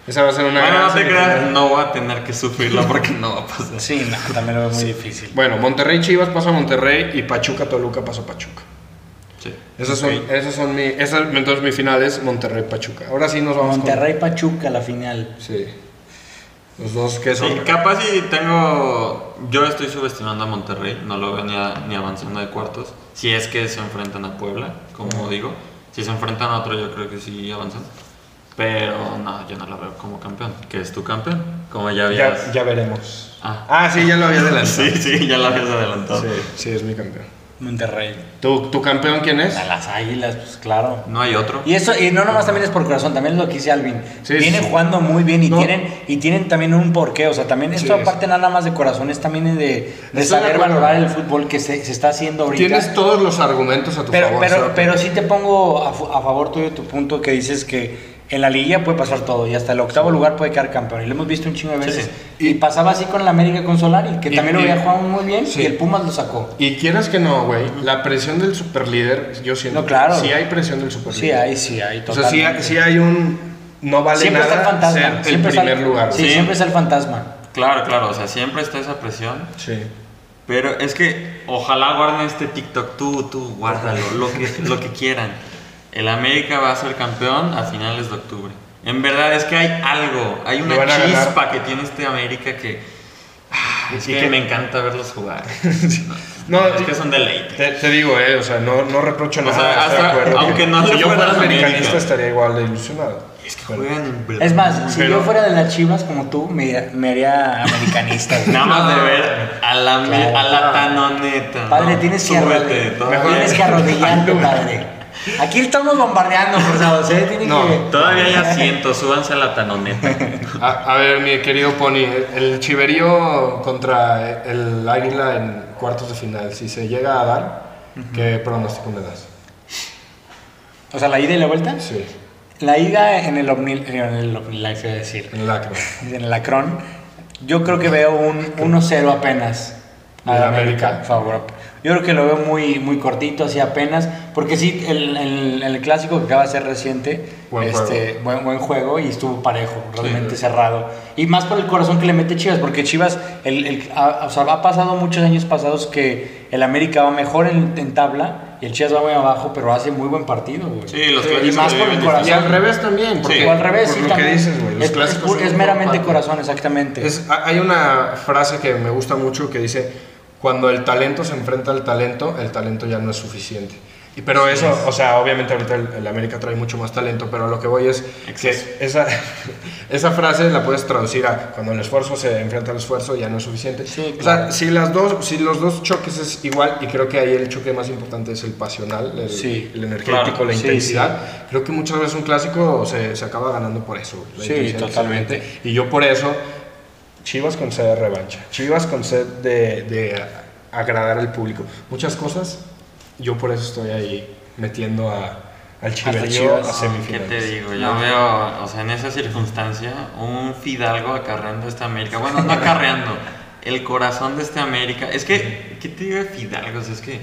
Esa va a ser una Bueno, gran Ah. no te semifinal. creas, no voy a tener que sufrirlo porque no va a pasar. Sí, no, también lo veo muy difícil. Bueno, Monterrey Chivas pasa a Monterrey y Pachuca Toluca pasa a Pachuca. Sí. Esos son, esos son mi, esas, entonces mi final es Monterrey Pachuca. Ahora sí nos vamos Monterrey Pachuca la final. con Sí. Los dos que son. Sí, capaz si tengo. Yo estoy subestimando a Monterrey, no lo veo ni, a- ni avanzando de cuartos. Si es que se enfrentan a Puebla, como digo. Si se enfrentan a otro, yo creo que sí avanzan. Pero no, yo no lo veo como campeón. Que es tu campeón? Como ya habías. ya, ya veremos. Ah. Ah, sí, ya lo había adelantado. Sí, sí, ya lo habías adelantado. Sí, sí, es mi campeón. Monterrey. ¿Tu, tu campeón quién es? A las águilas, pues claro. No hay otro. Y eso, y no nomás también es por corazón, también es lo que dice Alvin. Sí, Vienen sí. jugando muy bien y No. tienen, y tienen también un porqué. O sea, también esto Sí, aparte nada más de corazón, es también de, de de saber acuerdo. valorar el fútbol que se, se está haciendo ahorita. Tienes todos los argumentos a tu pero, favor. pero, Sara. pero sí te pongo a, fu- a favor tuyo tu punto que dices que en la liguilla puede pasar todo y hasta el octavo lugar puede quedar campeón. Y lo hemos visto un chingo de veces. sí. Y, pasaba así con la América con Solari, que Y- también lo y- había jugado muy bien sí. y el Pumas lo sacó. Y quieras que no, güey, la presión del superlíder, yo siento No, claro. sí hay presión del superlíder. Sí, ahí sí, ahí O sea, sí, totalmente. sí hay un no vale siempre está el nada fantasma. ser el siempre está primer lugar. Sí, Sí. siempre está el fantasma. Claro, claro, o sea, siempre está esa presión. Sí. Pero es que ojalá guarden este TikTok, tú, tú, guárdalo, lo que, lo que quieran. El América va a ser campeón a finales de octubre. En verdad es que hay algo, hay Lo una van a ganar. chispa que tiene este América que... ah, Es Y que, que- me encanta verlos jugar. No, es que son deleite. Te, te digo, eh, o sea, no, no reprocho O nada. sea, estoy de hasta- acuerdo aunque no si le yo fuera fueras americanista América. estaría igual de ilusionado. Es que juegan en verdad. Es más, si Pero- yo fuera de las chivas como tú, me, me haría americanista. güey. Nada más de ver a la, me- Claro. a la tanoneta. Padre, ¿no? tienes que, Súbete, arrodillar, todavía- tienes que arrodillarte, padre. Aquí estamos bombardeando, forzados, ¿eh? Tienen No, que... Todavía hay asientos, súbanse a la tanoneta. A, a ver, mi querido Pony, el chiverío contra el águila en cuartos de final, si se llega a dar, ¿qué pronóstico me das? O sea, la ida y la vuelta. Sí, La ida en el Omnil... En el Omnilife, iba a decir. en el acro. En el Acron. Yo creo que veo un 1-0 apenas. ¿De al América? favorable. Yo creo que lo veo muy, muy cortito, así apenas. Porque sí, el, el, el clásico que acaba de ser reciente, Buen este, Buen, buen juego y estuvo parejo, realmente Sí. cerrado. Y más por el corazón que le mete Chivas, porque Chivas, el, el- ha, o sea, ha pasado muchos años pasados que el América va mejor en, en tabla y el Chivas va muy abajo, pero hace muy buen partido. güey. Sí, los y clásicos más se por el viven corazón. Y al revés también, porque, Sí. O al revés, por sí, lo que también. dices, güey, los Es, clásicos es pu- son es un meramente pacto. corazón, exactamente. Es- ha- hay una frase que me gusta mucho que dice, cuando el talento se enfrenta al talento, el talento ya no es suficiente. Y, pero eso, o sea, obviamente ahorita el, el América trae mucho más talento, pero lo que voy es Exceso. que esa, esa frase la puedes traducir a cuando el esfuerzo se enfrenta al esfuerzo ya no es suficiente. Sí, O sea, claro. si, las dos, si los dos choques es igual, y creo que ahí el choque más importante es el pasional, el, Sí, el energético, claro, la sí, intensidad, creo que muchas veces un clásico se, se acaba ganando por eso. la Sí, intensidad que se totalmente. mete. Y yo por eso Chivas con sed de revancha. Chivas con sed de, de agradar al público. Muchas cosas, yo por eso estoy ahí metiendo a, al Chiverío a Chivas, ¿Qué semifinales. te digo? Yo veo, o sea, en esa circunstancia, un Fidalgo acarreando esta América. Bueno, no acarreando, el corazón de este América. Es que, ¿qué te digo de Fidalgo? O sea, es que.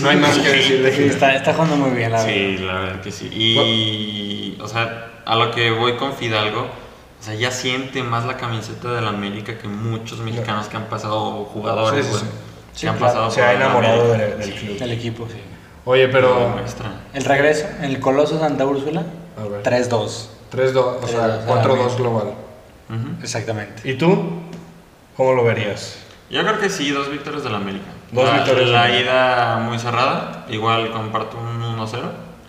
No hay más que decirle. Sí, está, está jugando muy bien, la verdad. Sí, la verdad que sí. Y, o sea, a lo que voy con Fidalgo, o sea, ya siente más la camiseta del América que muchos mexicanos que han pasado, o jugadores, Sí, sí, sí. güey, Sí, que han claro. pasado Se ha por el enamorado América. de- del club. El equipo, sí. Oye, Pero pero muestra. El regreso, el Coloso Santa Úrsula, A ver. 3-2. 3-2, o Tres, sea, dos, 4-2 ah, global. Ujú. Exactamente. ¿Y tú? ¿Cómo lo verías? Yo creo que sí, dos victorias del América. Dos la, victorias del La América. ida muy cerrada, igual comparto un 1-0,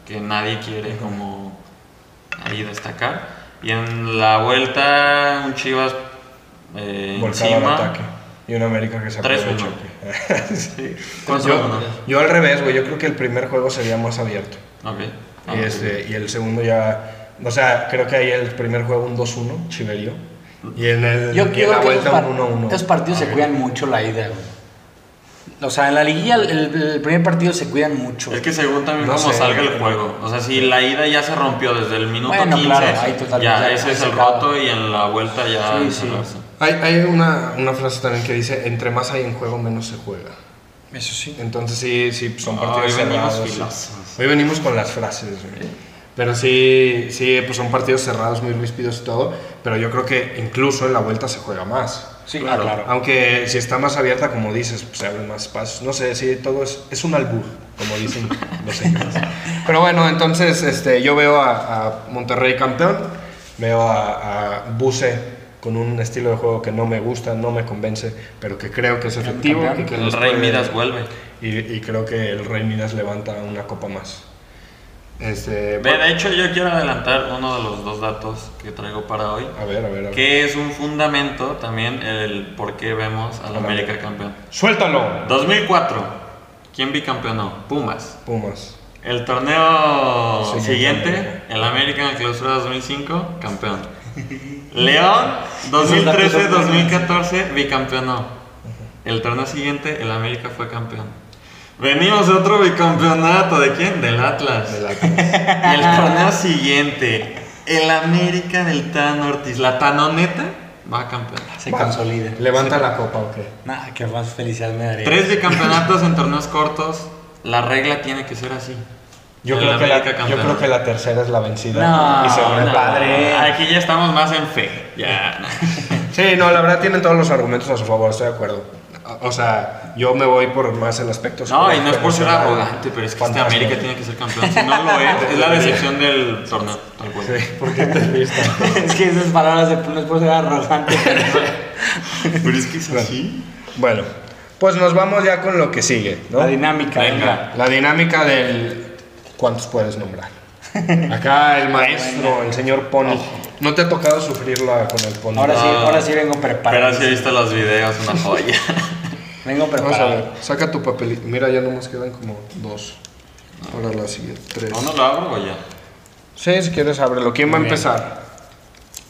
que nadie quiere como ahí destacar. Y en la vuelta, un Chivas eh, Volcado al encima. ataque. Y un América que se 3-1. aprovecha. Sí. yo, yo al revés, güey. Yo creo que el primer juego sería más abierto. Ok. Ah, Y, este, y el segundo ya. O sea, creo que ahí el primer juego un 2-1, Chiverío. Y en, el, Yo y en creo la que esos, vuelta par- un 1-1. esos partidos Ah, se cuidan mucho la ida, güey. O sea, en la liguilla el, el primer partido se cuidan mucho. Es que según también No cómo sé. salga el juego. O sea, si la ida ya se rompió desde el minuto Bueno, 15, claro, ahí totalmente ya, ya ese es se el acaba. roto y en la vuelta ya. Sí, el sí. reverso. Hay, hay una, una frase también que dice: entre más hay en juego, menos se juega. Eso sí. Entonces sí, sí son Ay, partidos venimos cerrados. filosos. Hoy venimos con las frases, güey. Pero sí, sí, pues son partidos cerrados, muy ríspidos y todo. Pero yo creo que incluso en la vuelta se juega más. Sí, Claro. claro. claro. Aunque si está más abierta, como dices, pues, se abren más espacios. No sé, sí, todo es, es un albur, como dicen los señores. Pero bueno, entonces este, yo veo a, a Monterrey campeón, veo a, a Buse con un estilo de juego que no me gusta, no me convence, pero que creo que es efectivo. campeón. y que El nos Rey puede- Midas vuelve. y, y creo que el Rey Midas levanta una copa más. Este, Ve, bueno, de hecho, yo quiero adelantar uno de los dos datos que traigo para hoy, a ver, a ver, a ver. que es un fundamento también el por qué vemos al América campeón. ¡Suéltalo! 2004, ¿quién bicampeonó? Pumas. Pumas. El torneo Sí, siguiente, campeón. el América en la clausura 2005, campeón. León, Esos datos son 2013-2014, bicampeonó. El torneo siguiente, el América fue campeón. Venimos de otro bicampeonato, ¿de quién? Del Atlas. del Atlas. Y el torneo siguiente, el América del Tan Ortiz, la Tanoneta, va a campeón. Se Va, consolida. Levanta la copa, ok. Nada, que más felicidad me daría. Tres bicampeonatos en torneos cortos, la regla tiene que ser así. Yo, El creo que, América la, yo campeón. creo que la tercera es la vencida. No, y se vuelve no. padre. Aquí ya estamos más en fe. Ya. Sí, no, la verdad tienen todos los argumentos a su favor, estoy de acuerdo. O o sea, yo me voy por más el aspecto. No, y no es por ser psicológico, arrogante, pero es que este fantástico. América tiene que ser campeón. Si no lo es, es la decepción del torneo. tal cual. Sí, porque te listo. es que esas palabras de no es por ser arrogante. pero- Pero es que es así. Bueno, pues nos vamos ya con lo que sigue, ¿no? La dinámica, Venga. venga. La dinámica del cuántos puedes nombrar. Acá el maestro, el señor Pony. ¿No te ha tocado sufrirla con el Pony? Ahora sí, No. ahora sí vengo Pero preparado. si he visto los videos, una joya. Vengo Vamos a ver, preparado. saca tu papelito. Mira, ya nomás quedan como dos. Ahora la siguiente, tres. ¿No, no lo abro o ya? Sí, si quieres, ábrelo. ¿Quién va a Bien. empezar?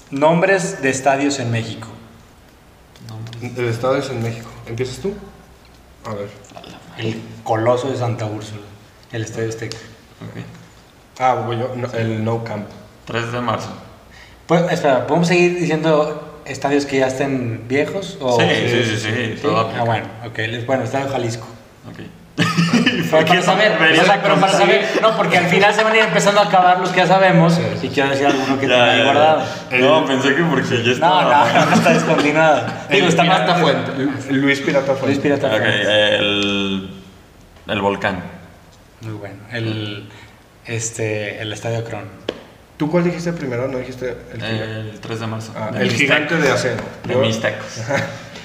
Nombres de estadios en México. El Estado es en México. ¿Empiezas tú? A ver. El Coloso de Santa Úrsula. El Estadio Azteca. Ok. Ah, voy yo. No, el No Camp. 3 de marzo. Pues, espera, ¿podemos seguir diciendo estadios que ya estén viejos? O... Sí, sí, sí, sí, todo aplica. Ah, bueno, ok. les- Bueno, Estadio Jalisco. Ok. Pero para saber, Vería o sea, la pero para cosa. saber, no, porque al final se van a ir empezando a acabar los que ya sabemos Sí, sí. y quiero decir alguno que Ya, tenga ya, ahí ya. guardado. No, pensé que porque ya No, estaba. no, no está descontinuado. Digo, está más Pirata Fuente. Lu- Luis Pirata Fuente. Luis Pirata Ok, Fuentes. el. El volcán. Muy bueno. El, este, el Estadio Cron. ¿Tú cuál dijiste primero? ¿No dijiste el Eh, gigante? El 3 de marzo. Ah, De el mis gigante tacos. de acero. De Yo- mis tacos.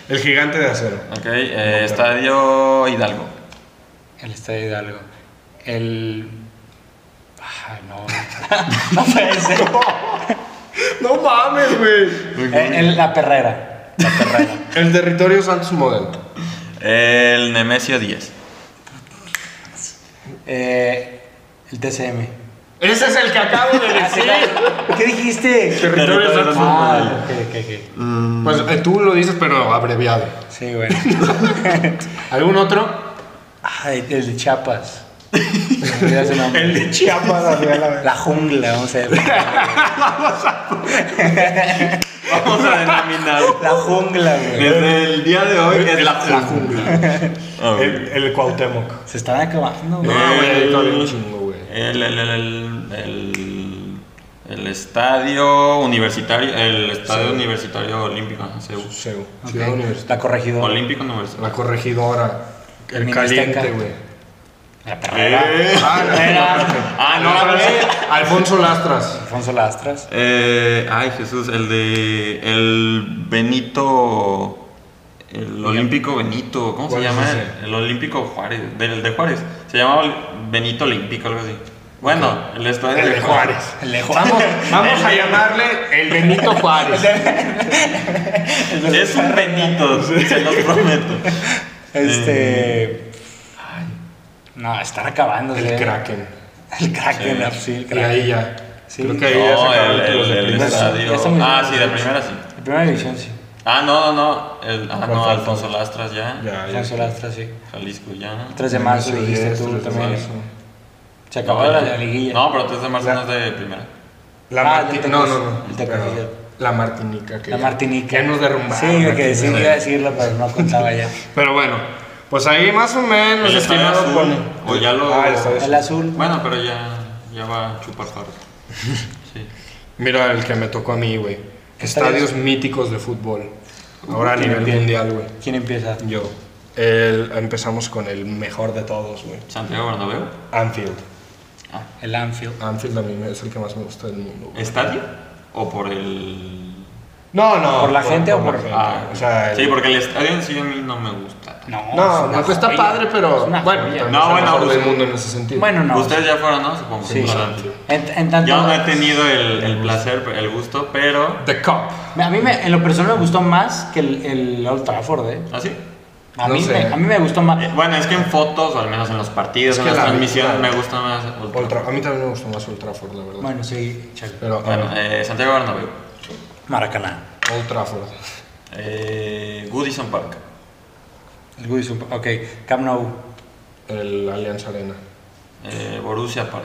el gigante de acero. Ok, eh, Estadio Hidalgo. El Estadio Hidalgo. El. Ah, no. no puede ser. No mames, güey. Eh, El- el- la Perrera. La Perrera. El territorio Santos Model. El Nemesio 10. Eh, el TCM. Ese es el que acabo de Ah, sí, decir. claro. ¿Qué dijiste? Territorio Territorio Santos Santos Ah, ok, ok, ok. Pues eh, tú lo dices, pero abreviado. Sí, bueno. ¿Algún otro? Ah, el el de Chiapas. Se me olvidó ese nombre. El de Chiapas, así a la vez. La jungla, vamos a ver. Vamos a denominar. La jungla, güey. Desde el día de hoy es la La jungla. Ah, güey. El, el Cuauhtémoc. Se están acabando, güey. No, güey, El- todavía Eh, un chingo, güey. El, el, el, el, el- el estadio universitario, el estadio Sí. universitario olímpico, ajá, CEU. Seu, Ok. Ciudad Universitaria. La corregidora. Olímpico universitario. La corregidora. El El mini caliente, Azteca. güey. La perrera. Ah, no, Era- Ah, no, pero la ese- verdad. Alfonso Lastras. Alfonso Lastras. Eh, ay, Jesús, el de. El Benito. El Olímpico Benito, ¿cómo se ¿Cuál es llama? ese? El Olímpico Juárez, del de Juárez. Se llamaba Ol- Benito Olímpico, algo así. Bueno, el estadio El de Juárez. Eh. El de Vamos. Vamos a llamarle el Benito Juárez. Es un Benito, se los prometo. Este. No, están acabando, El güey. Kraken. El Kraken, Sí. ah, sí, el Y ahí Kraken. ya. Sí. Creo que ahí ya se No, acabaron el, el- los de el primera. estadio. Ya estamos Ah, llegando sí, a de la primera sí. La primera división, sí. Ah, no, no, no. El, ah, no, falta? Alfonso Lastras ya. Ya, ya. Alfonso Lastras, sí. Jalisco ya. 3 de marzo Eso, dijiste eso, tú eso, también. Ah, eso. Se acabó la la liguilla. No, pero 3 de marzo La- no es de primera. La Ah, Marti- el Tecos. No, no, no. El Tecos. Pero La Martinica. Que La ya- Martinica. Ya nos derrumbaron. Sí, iba a aquí, decir- ¿verdad? iba a decirlo, pero no contaba ya. Pero bueno, pues ahí más o menos, El estadio estimado azul, Poli. o ya lo- Ah, el estadio azul. El azul. Bueno, pero ya, ya va a chupar faro. Sí. Mira el que me tocó a mí, güey. Estadio Estadios míticos de fútbol. Ahora a ¿Quién nivel empieza? mundial, güey. ¿Quién empieza? Yo. El- empezamos con el mejor de todos, güey. Santiago Bernabéu. Anfield. Ah. El Anfield. Anfield a mí me- es el que más me gusta del mundo. güey. ¿Estadio? ¿O por el.? No, no. ¿Por la gente o por- la gente, Ah, o sea, el- sí, porque el estadio en sí a mí no me gusta. No, es No, una no, pues está joya. padre, Es pero una bueno, joya. también No, es el bueno, mejor pues- del mundo en ese sentido. Bueno, no. Ustedes ya fueron, ¿no? Supongo. Sí. Adelante. En, en tanto, Yo no he tenido el, el placer, el gusto, pero. The Cup. a mí me- en lo personal me gustó más que el, el Old Trafford, ¿eh? ¿Ah, sí? A, No mí sé. me, a mí me gustó Eh, más. Bueno, es que en fotos, o al menos en los partidos, Es en que las la- transmisiones, la- me gusta más. Old Old Trafford. Tra- a mí también me gustó más Old Trafford, la verdad. Bueno, sí, chale. pero Bueno, ah, eh, Santiago Bernabéu. Maracaná. Old Trafford. Eh, Goodison Park. El Goodison, ok. Camp Nou. El Allianz Arena. Eh, Borussia Park.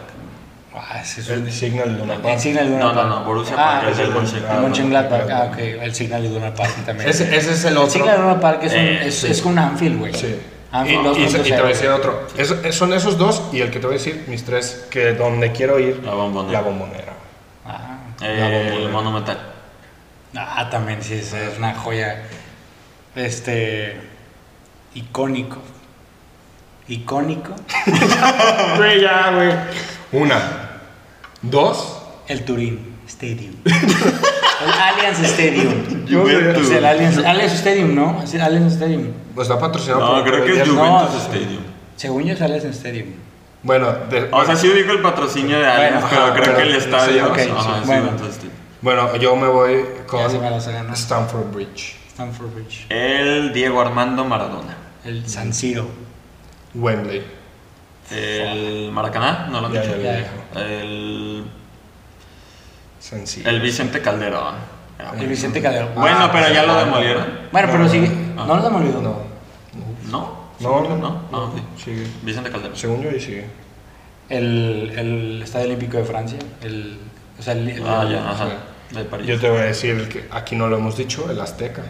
Ah, ese es un... El Signal Iduna El Park. Signal Iduna No, no, Park. no, Borussia Ah, Park, es el El Mönchengladbach. Mönchengladbach, ah, ok. El Signal Iduna Park también. Ese, ese es el el otro. Signal Iduna Park es, un, Eh, es, sí. es un Anfield, güey. Sí. Y, Anfield y- y te 2.0. voy a decir otro. Es- es- son esos dos y el que te voy a decir, mis tres, que donde quiero ir. La Bombonera. La bombonera. Ah, La Eh, Bombonera. el Monumental. Ah, también sí, es, es una joya. Este. Icónico. Icónico. Güey, ya, güey. Una. Dos. El Turín Stadium. El Allianz Stadium. Juventus. Es el Allianz, Allianz Stadium, ¿no? Es el Allianz Stadium. Pues está patrocinado No, creo que es Adidas. Ju- Juventus No, Stadium. Según yo es Allianz Stadium. Bueno, de- O sea, sí ubico el patrocinio de Allianz, Bueno, pero ajá, creo pero- que el estadio. sí, ok, ajá, sí, es bueno. Juventus Stadium. bueno, yo me voy Ya con se me las ganó. Stanford Bridge. Stamford Bridge. El Diego Armando Maradona. El San Siro. Wembley. El Maracaná, no lo han Ya, dicho. ya Ya. lo dijo. El, Sencillo. el Vicente Calderón. El Vicente Calderón. Bueno, Ah, pero ya lo ah, demolieron. Bueno, pero sí. Ah. No lo hemos olvidado. No. ¿No? No, no, no. Ah, ok. Sigue. Vicente Calderón. Según yo, ahí sigue. El, el Estadio Olímpico de Francia. El, o sea, el, el- Ah, ya, ajá. Sí. De París. Yo te voy a decir el que aquí no lo hemos dicho, el Azteca.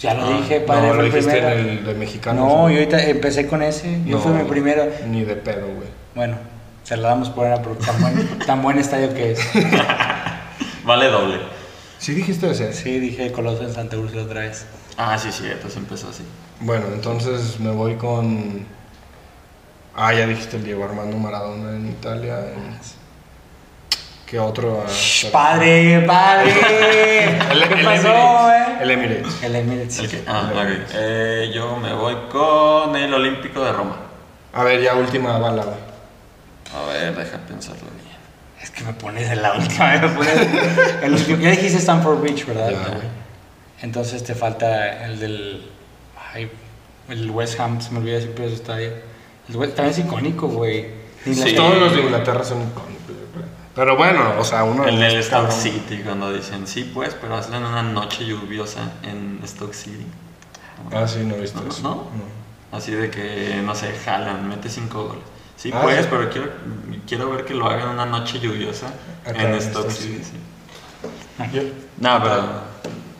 Ya lo Ah, dije, padre. no, fue lo dijiste primero. en el de mexicanos. No, güey. yo ahorita empecé con ese. Yo No, fui mi primero. Ni de pedo, güey. Bueno, se la damos por era por tan buen, tan buen estadio que es. Vale doble. Sí dijiste ese. Sí, dije el Coloso en Santa Úrsula otra vez. Ah, sí, sí, entonces empezó así. Bueno, entonces me voy con. Ah, ya dijiste el Diego Armando Maradona en Italia. en- ¿Qué otro? Ah, Shh, pero- padre, padre. El, ¿Qué el pasó, Emirates. eh? El Emirates. El Emirates. El que- ah, ok. Eh, yo me voy con el Olímpico de Roma. A ver, ya última bala, güey. A ver, deja pensarlo bien. Es que me pones en la última. Me pones el último. Ya dijiste Stanford Bridge, ¿verdad? Ya, güey. Entonces te falta el del. Ay, el West Ham, se me olvida siempre su estadio. El West, también es icónico, güey. Ni las- Sí. Todos los de Inglaterra son icónicos, yo creo. Pero bueno, o sea, uno... El de del los Stock cabrones. City, cuando dicen, sí, pues, pero hazlo en una noche lluviosa en Stock City. Ah, sí, no he visto No, eso. ¿no? Así de que, no sé, jalan, mete cinco goles. Sí, Ah, pues, sí. pero quiero, quiero ver que lo hagan una noche lluviosa Acá en en Stock Stock City. sí. No. Yo- No, pero,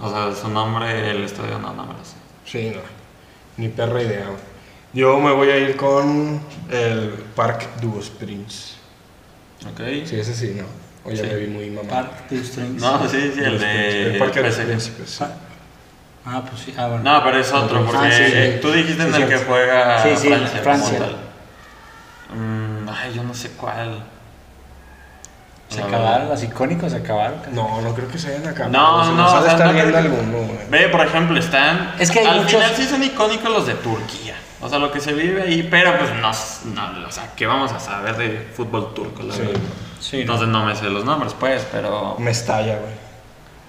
o sea, su nombre, el estadio, no, no me lo sé. Sí, no. Ni perra idea. güey. Yo me voy a ir con el Park du Springs. Ok. Sí, ese sí, no. Oye, Sí. me vi muy mamá. Park de Strings. No, sí, sí, el El de Parque de los PSG. Príncipes. Ah, ah, pues sí. Ah, bueno. No, pero es otro, porque Ah, sí, sí. tú dijiste en Sí, el que cierto. juega Sí, sí, Francia. como Francia. tal. Mm, ay, yo no sé cuál. ¿Se La acabaron? verdad. ¿Los icónicos se acabaron? No, no creo que se hayan acabado. No, Se no, nos ha o de sea, estar no creo viendo que- alguno, güey. Ve, por ejemplo, están. Es que hay al muchos- final sí son icónicos los de Turquía. O sea, lo que se vive ahí, pero pues no, no o sea, ¿qué vamos a saber de fútbol turco? La Sí. verdad? Sí, no. Entonces no me sé los nombres, pues, pero. Mestalla, güey.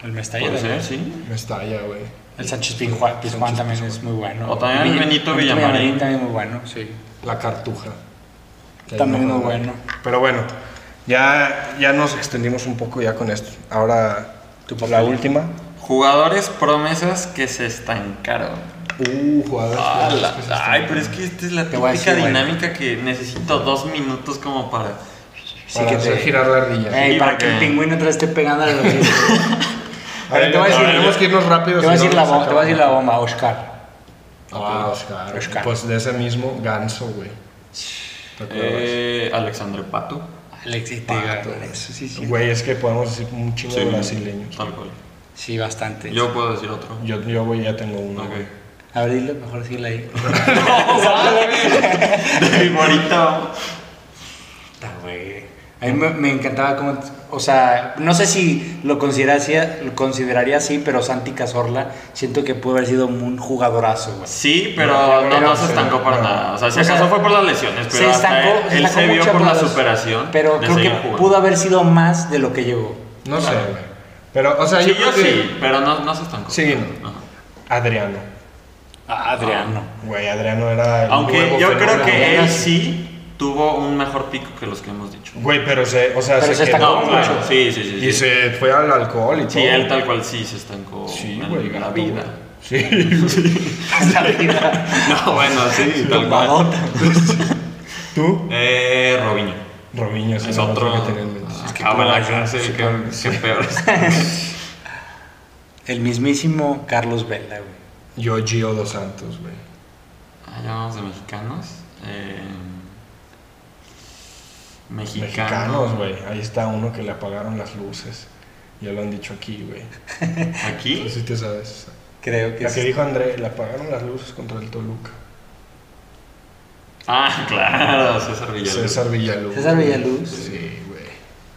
El Mestalla Puede también. ser, sí. Mestalla, güey. El Sánchez Pizjuán, Pizjuán también es muy bueno. O también el Villa- Benito Villamarín. también muy bueno, sí. La Cartuja. Que También ahí no muy juega. bueno. Pero bueno, ya, ya nos extendimos un poco ya con esto. Ahora, Tu la papel. última. Jugadores promesas que se estancaron. Uh, jugadores. Ah, jugadores la- que se ay, están- pero es que esta es la Te voy a típica decir, güey. dinámica que necesito dos minutos como para. Sí Para que hacer te... girar la ardilla. Ey, Sí, para porque- que el pingüino te esté pegando a los te A ver, Te voy a decir- tenemos que irnos rápido. voy a si no decir la nos bomba, te voy a decir la acabamos. bomba, Oscar. Ah, Oscar. Oscar. Pues de ese mismo ganso, güey. ¿Te acuerdas? Eh, Alexandre Pato. Alexis Pato, Tega. Eso sí, sí. Güey, es que podemos decir un chingo de brasileños. Tal cual. Sí, bastante. Yo puedo decir otro. Yo, yo güey, ya tengo uno, Ok. Ah, güey. A ver, dilo, mejor decirle ahí. De mi morita. Puta, güey. A mí me, me encantaba como, o sea, no sé si lo consideraría, lo consideraría así, pero Santi Cazorla siento que pudo haber sido un jugadorazo, güey. Sí, pero No, no, pero no no se sé, estancó para no. nada. O sea, si O sea, acaso fue por las lesiones, pero se hasta estancó, él, se él estancó se vio mucho por la los- superación. Pero de creo que seguir jugando. pudo haber sido más de lo que llegó. No sé, güey. Pero, o sea, Sí, creo yo que- sí, pero no, no se estancó. Sí, Ajá. Adriano. Ah, Adriano. Güey, Adriano era. el Aunque nuevo yo fenómeno. creo que Adriano. él sí tuvo un mejor pico que los que hemos dicho. Güey, pero se. O sea, Pero quedó, se estancó No, güey. claro. Sí, sí, sí. Y sí. se fue al alcohol y Sí, todo. él tal cual sí se estancó Sí, en güey. la gato, vida. güey. Sí. Hasta la vida. No, bueno, sí, tal cual. Jugadota. ¿Tú? Eh, Robinho. Robinho ese Es era otro. que tenía en mente. Ah, Acaba la clase, Sí, qué, claro. qué peor es. El mismísimo Carlos Vela, güey. Yo, Gio dos Santos, güey. Ah, ya vamos de mexicanos. Eh, mexicanos. Mexicanos, güey. Ahí está uno que le apagaron las luces. Ya lo han dicho aquí, güey. Aquí. Tú sí te sabes. Creo que La que sí. dijo André, le apagaron las luces contra el Toluca. Ah, claro, César Villalobos. César Villaluz. César Villaluz. Sí, güey.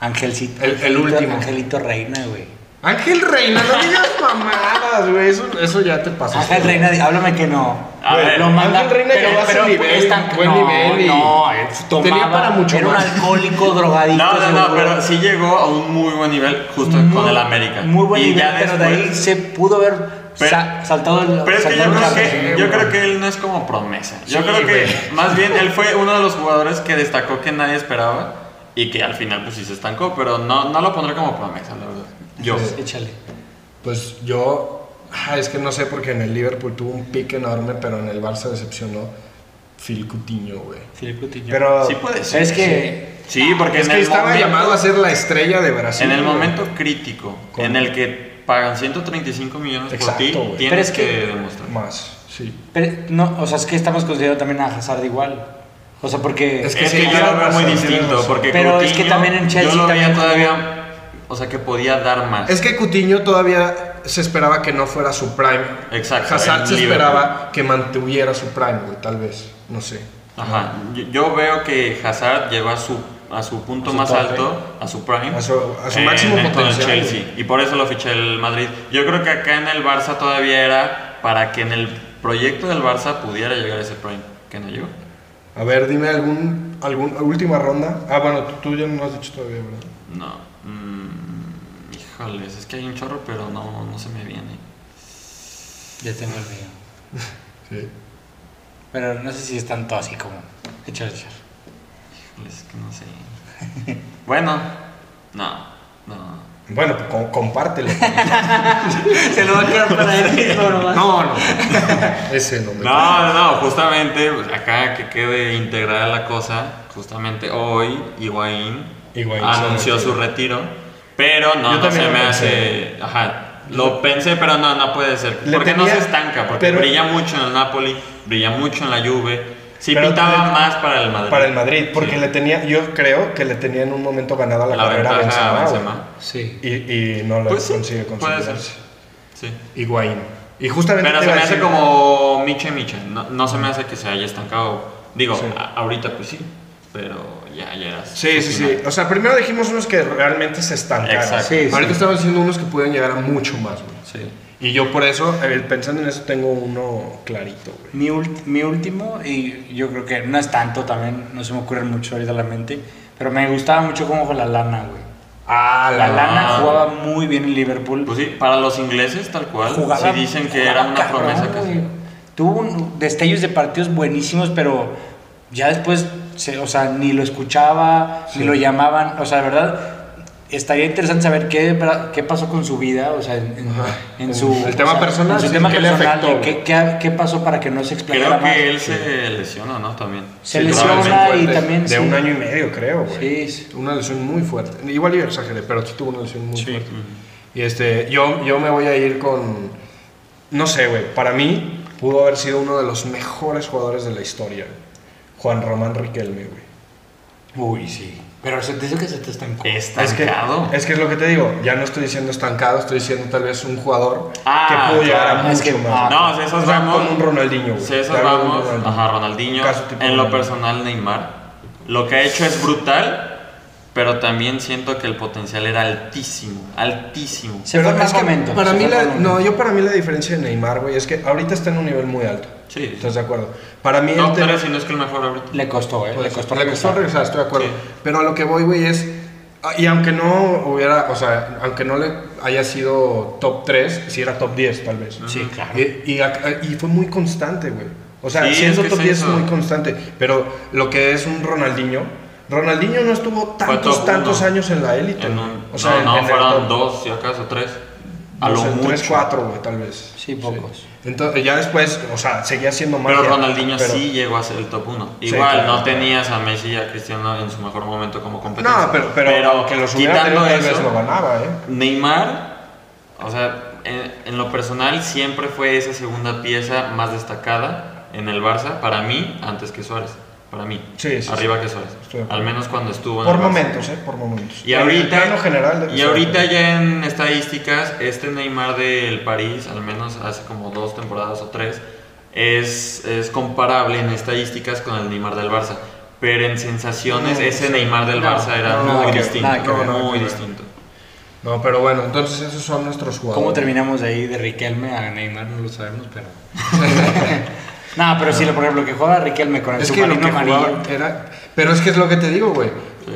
Angelcito. El- el último. Angelito Reina, güey. Ángel Reina, no digas mamadas, güey. Eso, eso ya te pasó. Ángel Reina, di- háblame que no. A Güey, ver, lo Ángel Reina llegó a su nivel, estanc- buen no, nivel y no, él tomaba, eh, tenía para mucho era un más. alcohólico drogadicto. No, no, no, seguro. pero sí llegó a un muy buen nivel justo Muy- con el América. Muy buen y nivel, ya pero de ahí después, se pudo haber Pero- sa- saltado el. Pero es que yo saltado creo el que, charco. yo creo que él no es como promesa. Yo Sí, creo que güey. más bien él fue uno de los jugadores que destacó que nadie esperaba y que al final pues sí se estancó, pero no, no lo pondré como promesa, la verdad. Yo. Échale. Pues yo. ah, es que no sé, porque en el Liverpool tuvo un pique enorme, pero en el Barça decepcionó Phil Coutinho, güey. Filipe Coutinho. Pero. Sí puede ser. es que. Sí, porque es en que el estaba momento- llamado a ser la estrella de Brasil. En el güey. momento crítico Con- en el que pagan 135 millones por Exacto, ti, güey. tienes Pero es que, que- demostrar. Más, sí. pero no, o sea, es que estamos considerando también a Hazard igual. O sea, porque. Es Es que, sí, yo tienes lo veo muy razón, tienes distinto, razón. porque Pero es que Coutinho, también en Chelsea yo lo veía también jugó- todavía, o sea, que podía dar más. Es que Coutinho todavía se esperaba que no fuera su prime. Exacto, Hazard en se Liverpool. esperaba que mantuviera su prime, güey, tal vez. No sé. Ajá. Yo, yo veo que Hazard llegó a su, a su punto A su más tope. alto, a su prime. A su- a su en- máximo en- con el potencial, Chelsea. Y por eso lo fiché el Madrid. Yo creo que acá en el Barça todavía era para que en el proyecto del Barça pudiera llegar a ese prime. Que no llegó. A ver, dime algún, algún última ronda. Ah, bueno, tú, tú ya no has dicho todavía, ¿verdad? No. Mm, híjoles, es que hay un chorro, pero no, no se me viene. Ya tengo el mío. Sí. Pero no sé si es tanto así como. Échale, échale. Híjoles, es que no sé. bueno, No, no. Bueno, pues com- compártelo. Se lo va a quedar para él mismo nomás. No, no. Ese no me No, no, justamente pues, acá que quede integrada la cosa, justamente hoy Higuaín, Higuaín anunció se su retiro, pero no, Yo no también se lo me pensé. hace, ajá, lo pensé, pero no, no puede ser, Le porque no tenía- se estanca, porque pero- brilla mucho en el Napoli, brilla mucho en la Juve, sí Pero pintaba le- más para el Madrid. Para el Madrid, porque Sí. le tenía, yo creo que le tenía en un momento ganada la, la carrera a ventaja Benzema, a güey. Benzema. Sí. Y, y no la Pues sí, consigue puede consolidar. ser, sí. Higuaín. Y justamente Pero te se iba me a hace decir- como Miche Miche. No, no se me hace que se haya estancado. Digo, Sí. a- ahorita pues sí. Pero ya, ya era. Sí, sí, sí. final. O sea, primero dijimos unos que realmente se estancaron. Exacto. Sí, sí. Ahorita estamos diciendo unos que pueden llegar a mucho más, güey. Sí. Y yo por eso, eh, pensando en eso, tengo uno clarito, güey. Mi, ult- mi último, y yo creo que no es tanto también, no se me ocurre mucho ahorita la mente, pero me gustaba mucho cómo jugaba la lana, güey. Ah, La lana Ah. jugaba muy bien en Liverpool. Pues sí, para los ingleses tal cual. sí dicen que era jugaba una cabrón, promesa casi. güey. Tuvo un- destellos de partidos buenísimos, pero ya después, se- o sea, ni lo escuchaba, ni lo llamaban. O sea, de verdad, estaría interesante saber qué, bra- qué pasó con su vida, o sea, en, en- Ajá. en su... El o tema sea, personal, en su sí, tema ¿qué le personal, afectó, de qué, qué- qué pasó para que no se explayara Creo más. que él se lesiona, ¿no? También. Se Sí, lesiona probablemente. y de, también, De sí. un año y medio, creo, güey. Sí, sí. Una lesión muy fuerte. Igual yo exageré, pero sí tuvo una lesión muy Sí. fuerte. Y este, yo, yo me voy a ir con. No sé, güey. Para mí, pudo haber sido uno de los mejores jugadores de la historia. Juan Román Riquelme, güey. Uy, sí. Pero se te dice que se te estancó. Es que, Estancado. es que es lo que te digo, ya no estoy diciendo estancado, estoy diciendo tal vez un jugador Ah, que pudo llegar a claro, mucho es que- ah, más. No, César Ah, O sea, Ramos. como un Ronaldinho, güey. Claro, César un Ramos, Ronaldinho. ajá, Ronaldinho. Caso tipo En lo Ronaldinho. personal, Neymar. Lo que ha hecho es brutal, pero también siento que el potencial era altísimo, altísimo. Se fue más momento. para se mí fue la, por momento. no, yo para mí la diferencia de Neymar, güey, es que ahorita está en un nivel muy alto. Sí. ¿Estás de acuerdo? Para mí No, el tema- pero si no es que el mejor ahorita. Le costó, ¿eh? Puede le ser. costó Le costó regresar. regresar, estoy de acuerdo. Sí. Pero a lo que voy, güey, es. ah, Y aunque no hubiera, o sea, aunque no le haya sido top 3, si era top 10, tal vez. Sí, claro. Y, y ac- y fue muy constante, güey. O sea, Sí, siendo es que top es 10 es eso. muy constante. Pero lo que es un Ronaldinho. Ronaldinho no estuvo tantos, top tantos uno. años en la élite. En ¿no? un- o sea, no, en- no, en el fueron top- dos, si acaso tres. A no lo sé, mucho. tres, cuatro, güey, tal vez. Sí, pocos. Entonces, ya después, o sea, seguía siendo más. pero Ronaldinho sí llegó a ser el top 1. Sí, Igual, claro. no tenías a Messi y a Cristiano en su mejor momento como competencia. No, pero, pero, que los hubiera tenido, tal vez lo ganaba, ¿eh? Neymar, o sea, en, en lo personal siempre fue esa segunda pieza más destacada en el Barça, para mí, antes que Suárez. Para mí. Sí, sí, Arriba que Suárez. Estoy de acuerdo. Al menos cuando estuvo en Por el Barça. momentos, ¿eh? Por momentos. Y En el plano ahorita, general debe y ser. ahorita ya en estadísticas, este Neymar del París, al menos hace como dos temporadas o tres, es, es comparable en estadísticas con el Neymar del Barça. Pero en sensaciones, No, ese sí. Neymar del No, Barça era no, muy nada que- distinto. nada que ver, nada que muy ver. distinto. No, pero bueno, entonces esos son nuestros jugadores. ¿Cómo terminamos de ahí de Riquelme a Neymar? No lo sabemos, pero. no, pero sí, por ejemplo, que juega Riquelme con el Es que lo submarino que amarillo. jugaba era... Pero es que es lo que te digo, güey.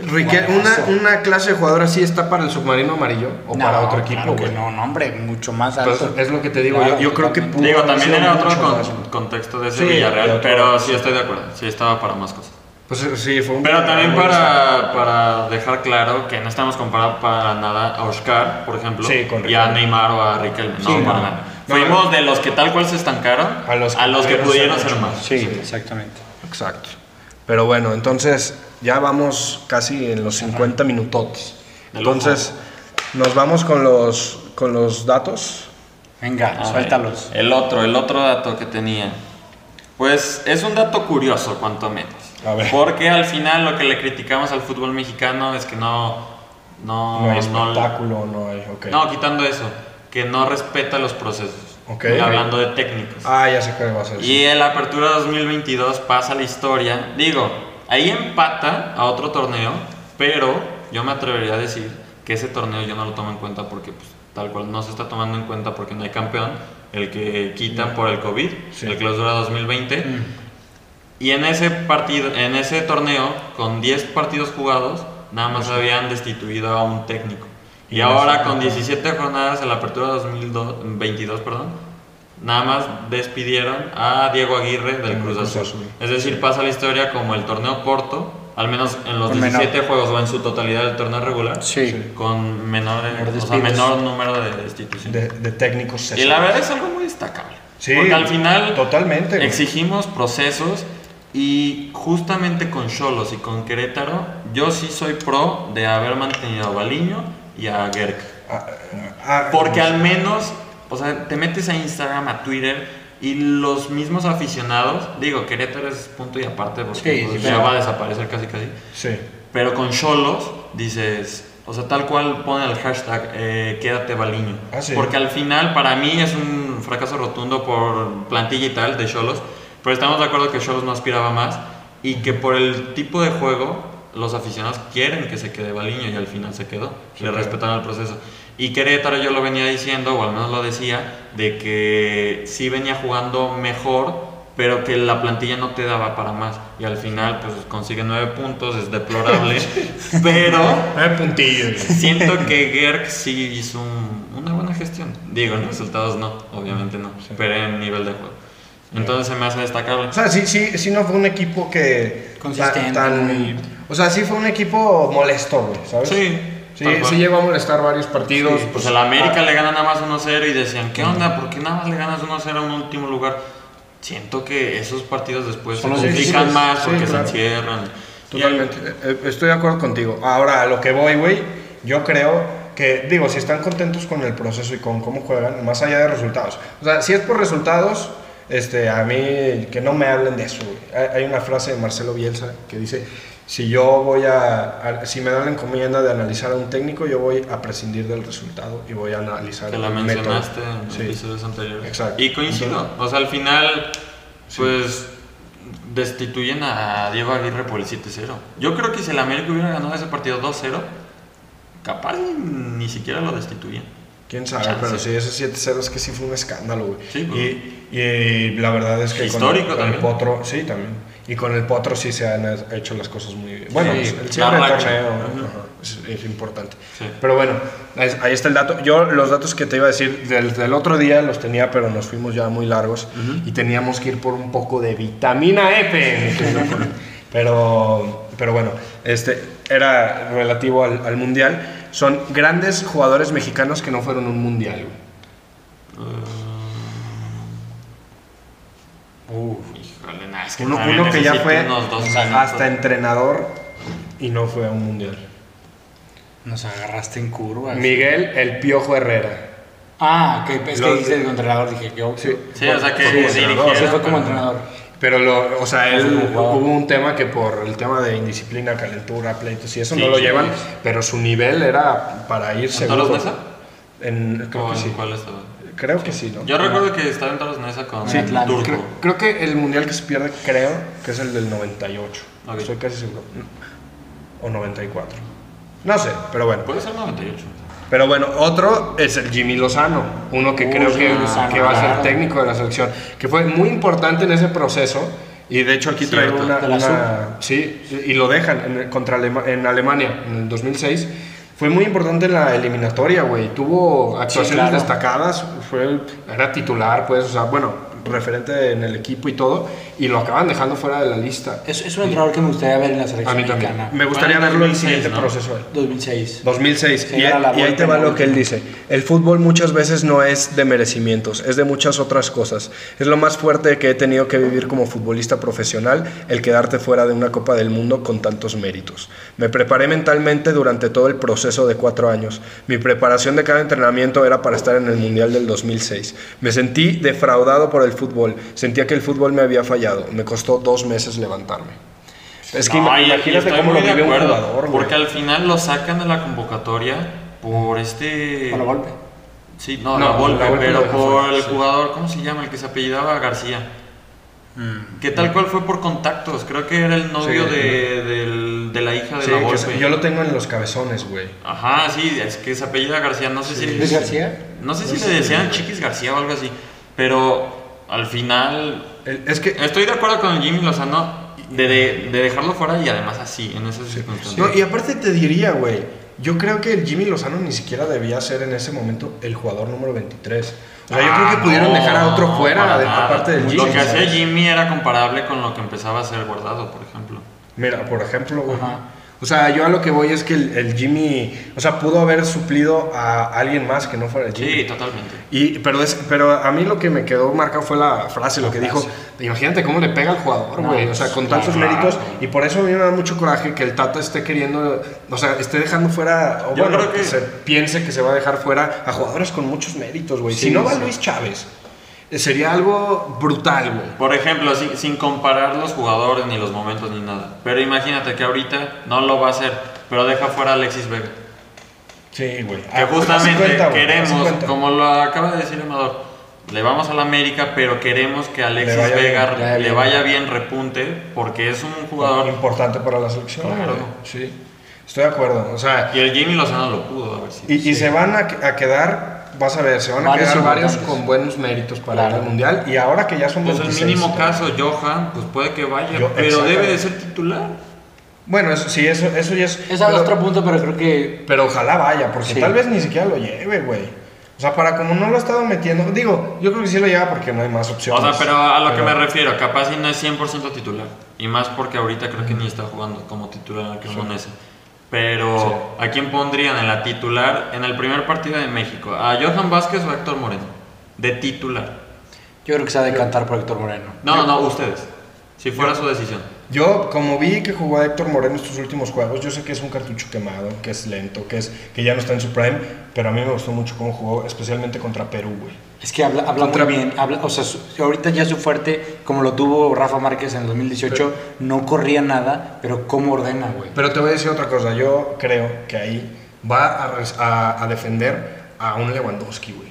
Riquel- Jugadorazo. una, una clase de jugador así está para el submarino amarillo o No, para otro equipo, claro que güey. no, no, hombre, mucho más Pues alto. es lo que te digo, yo- yo creo que totalmente. Pudo Digo, haber también sido era otro mucho con- más. contexto de ese Sí, Villarreal, de otro- pero sí estoy de acuerdo, sí estaba para más cosas. Pues eh, sí, fue un... Pero también para, para dejar claro que no estamos comparando para nada a Oscar, por ejemplo, Sí, con y a Riquelme. Neymar o a Riquelme. No, Sí, para no. nada. No, Fuimos de los que tal cual se estancaron a los que, pudieron ser mucho más. Sí, exactamente. Exacto. Pero bueno, entonces ya vamos casi en los 50 minutotes. De Entonces, nos vamos con los, con los datos. Venga, A ver, suéltalos. El otro, el otro dato que tenía. Pues es un dato curioso, cuanto menos. A ver. Porque al final lo que le criticamos al fútbol mexicano es que no. No, No hay no- espectáculo, no hay. ok. no, quitando eso, que no respeta los procesos. Ok. Hablando de técnicos. Ah, ya sé qué va a ser. Y en la apertura 2022 pasa la historia. Digo, ahí empata a otro torneo, pero yo me atrevería a decir que ese torneo yo no lo tomo en cuenta porque pues, tal cual no se está tomando en cuenta porque no hay campeón, el que quitan por el COVID, Sí. el clausura 2020. Y en ese partido, en ese torneo, con 10 partidos jugados, nada más habían destituido a un técnico. Y ahora con 17 jornadas en la apertura 2022, perdón, nada más despidieron a Diego Aguirre del Del Cruz Cruz Azul. Azul. Es decir, pasa la historia como el torneo corto al menos en los Con 17 menor. juegos o en su totalidad del torneo regular, Sí. con menor, Menor o sea, despidos. menor número de destituciones. de, de técnicos. Y la verdad es algo muy destacable. Sí, porque al final totalmente, güey. exigimos procesos y justamente con Cholos y con Querétaro, yo sí soy pro de haber mantenido a Baliño y a Gerka. Ah, ah, ah, Porque al menos, o sea, te metes a Instagram, a Twitter y los mismos aficionados, digo, Querétaro es punto y aparte porque Sí, pues, sí, ya claro. va a desaparecer casi casi. Sí. Pero con Cholos dices, o sea, tal cual ponen el hashtag eh, quédate Baliño. Ah, sí. Porque al final para mí es un fracaso rotundo por plantilla y tal de Cholos. Pero estamos de acuerdo que Cholos no aspiraba más y que por el tipo de juego los aficionados quieren que se quede Baliño y al final se quedó. Se Le quedó. respetaron el proceso. Y Querétaro yo lo venía diciendo, o al menos lo decía, de que sí venía jugando mejor, pero que la plantilla no te daba para más. Y al final, pues consigue nueve puntos, es deplorable. pero Nueve puntillos. siento que Gerg sí hizo un- una buena gestión. Digo, en resultados no, obviamente no, Sí. pero en nivel de juego. Entonces se me hace destacable. O sea, sí, sí, sí no fue un equipo que... Consistente, muy- o sea, sí fue un equipo molesto, güey, ¿sabes? Sí, Sí, tal cual. sí llegó a molestar varios partidos. Sí, Pues el América Ah. le gana nada más 1-0 y decían, ¿qué onda? ¿Por qué nada más le ganas 1-0 a un último lugar? Siento que esos partidos después Son los se complican difíciles. más Sí, porque claro. se encierran. Y al- Totalmente. Eh, Estoy de acuerdo contigo. Ahora, a lo que voy, güey, yo creo que, digo, si están contentos con el proceso y con cómo juegan, más allá de resultados. O sea, si es por resultados, este, a mí, que no me hablen de eso, güey. Hay- Hay una frase de Marcelo Bielsa que dice, si yo voy a, a- si me dan la encomienda de analizar a un técnico, yo voy a prescindir del resultado y voy a analizar que la el método". mencionaste en Sí. episodios anteriores. Exacto. Y coincido. Entonces- O sea, al final, pues destituyen a Diego Aguirre por el 7-0. Yo creo que si el América hubiera ganado ese partido 2-0, capaz ni siquiera lo destituyen. Quién sabe, Chance. pero sí, esos 7-0 es que sí fue un escándalo, güey. Sí, pues. y, y la verdad es que Histórico con, también. el Potro, sí, también. Y con el Potro sí se han hecho las cosas muy bien. Bueno, Sí, pues, el la cierre del racha. torneo Ajá. ajá, es, es importante. Sí. Pero bueno, ahí- ahí está el dato. Yo los datos que te iba a decir del, del otro día los tenía, pero nos fuimos ya muy largos y teníamos que ir por un poco de vitamina F. mi querido Juan. pero, pero bueno, este era relativo al, al mundial. Son grandes jugadores mexicanos que no fueron a un mundial. güey. Eh, Uf. Híjole, nah, es que Uno, también uno que ya necesito fue Ah, unos dos hasta minutos. entrenador y no fue a un mundial. Nos agarraste en Ah, curva. Miguel El Piojo Herrera. Ah, ok, es que Los- dices como entrenador, dije yo. Sí, Sí, o sea que Fue como entrenador, dirigiera, Sí, fue pero- como entrenador. Pero, lo, o sea, él, Sí, como jugador. hubo un tema que por el tema de indisciplina, calentura, pleitos y eso Sí, no lo sí, llevan, sí. pero su nivel era para ir ¿En seguro. Toros Nesa? En- creo ¿O que en sí. cuál estaba? Creo que sí, ¿no? Yo recuerdo que estaba en Toros Nesa con Sí, claro. Turco. Creo, creo que el mundial que se pierde, creo que es el del 98. Ok. Estoy casi seguro. O 94. No sé, pero bueno. Puede ser 98. Pero bueno, otro es el Jimmy Lozano, uno que Uy, creo que, Jimmy Lozano, que va a ser claro. técnico de la selección, que fue muy importante en ese proceso. Y de hecho aquí traigo Cierto, una... de la una- sub. sí, y lo dejan en, el- contra Alema- en Alemania en el 2006. Fue muy importante en la eliminatoria, güey. Tuvo actuaciones claro. destacadas, fue el- era titular, pues, o sea, bueno, referente en el equipo y todo. Y lo acaban dejando fuera de la lista. Es, es un entrenador que me gustaría ver en la selección A mí también. mexicana. Me gustaría Fue en verlo en el 2006, siguiente ¿no? proceso. 2006. 2006. Sí, y, era la y ahí te Volpe, va ¿no? lo que él dice. El fútbol muchas veces no es de merecimientos, es de muchas otras cosas. Es lo más fuerte que he tenido que vivir como futbolista profesional, el quedarte fuera de una Copa del Mundo con tantos méritos. Me preparé mentalmente durante todo el proceso de cuatro años. Mi preparación de cada entrenamiento era para estar en el Mundial del 2006. Me sentí defraudado por el fútbol. Sentía que el fútbol me había fallado. Me costó dos meses levantarme. Es que No, y- y imagínate estoy cómo lo muy de vive un acuerdo, jugador, güey. Porque al final lo sacan de la convocatoria por este... Para golpe. Sí, no, No, la Volpe, la Volpe lo pero dejó por fuera, el sí. jugador, ¿cómo se llama? El que se apellidaba García. Que tal cual fue por contactos. Creo que era el novio Mm. Sí. de, del- de la hija de Sí, la que Volpe. yo lo tengo en los cabezones, güey. Ajá, sí, es que se apellida García. No sé si... ¿Luis García? No sé si le decían Chiquis García o algo así. Pero al final El- Es que. Estoy de acuerdo con Jimmy Lozano de, de, de dejarlo fuera y además así, en esas circunstancias. No, y aparte te diría, güey. Yo creo que el Jimmy Lozano ni siquiera debía ser en ese momento el jugador número 23. O sea, yo Ah, creo que pudieron no, dejar a otro no, fuera, para de- nada. aparte del Jimmy. Lo que hacía ¿sabes? Jimmy era comparable con lo que empezaba a ser guardado, por ejemplo. Mira, por ejemplo, güey. O sea, yo a lo que voy es que el, el Jimmy, o sea, pudo haber suplido a alguien más que no fuera el Jimmy. Sí, totalmente. Y, pero, es, pero a mí lo que me quedó marcado fue la frase, lo que dijo. Imagínate cómo le pega al jugador, No, güey. o pues, sea, con tantos claro. méritos. Y por eso a mí me da mucho coraje que el Tata esté queriendo, o sea, esté dejando fuera, o Yo bueno, creo que... que- se piense que se va a dejar fuera a jugadores con muchos méritos, güey. Sí, si no va sí. Luis Chávez, eh, sería algo brutal, güey. Por ejemplo, sin, sin comparar los jugadores, ni los momentos, ni nada. Pero imagínate que ahorita no lo va a hacer, pero deja fuera a Alexis Vega. Sí, güey. Ah, pues, Que justamente queremos, como lo acaba de decir Amador, le vamos a la América, pero queremos que Alexis vaya bien, Vega le vaya le bien. vaya bien repunte, porque es un jugador. Importante para la selección. Claro. güey. Sí. Estoy de acuerdo. O sea, Y el Jimmy Lozano lo pudo haber sido. Y, y se van a, que- a quedar, vas a ver, se van a Varios quedar varios importantes. con buenos méritos para Claro. el Mundial. Y ahora que ya son Pues el 26, mínimo caso, Johan, pues puede que vaya, Yo- pero exactamente. debe de ser titular. Bueno, eso, sí, eso, eso ya es. Es al pero, otro punto, pero creo que. pero ojalá vaya, porque Sí. tal vez ni siquiera lo lleve, güey. O sea, para como no lo ha estado metiendo, digo, yo creo que sí lo lleva porque no hay más O opciones. sea, pero a lo que Pero- me refiero, capaz si no es 100% titular. Y más porque ahorita creo que ni está jugando como titular en el Cremonese. Pero, ¿a quién pondrían en la titular en el primer partido de México? ¿A Johan Vázquez o a Héctor Moreno? De titular. Yo creo que se ha de cantar por Héctor Moreno. No, no, no, ustedes. Si fuera su decisión. Yo, como vi que jugó Héctor Moreno estos últimos juegos, yo sé que es un cartucho quemado, que es lento, que, es, que ya no está en su prime, pero a mí me gustó mucho cómo jugó, especialmente contra Perú, güey. Es que habla, habla muy bien. habla- o sea, su- ahorita ya su fuerte, como lo tuvo Rafa Márquez en el 2018, no corría nada, pero cómo ordena, güey. Pero te voy a decir otra cosa. Yo creo que ahí va a, res- a- a defender a un Lewandowski, güey.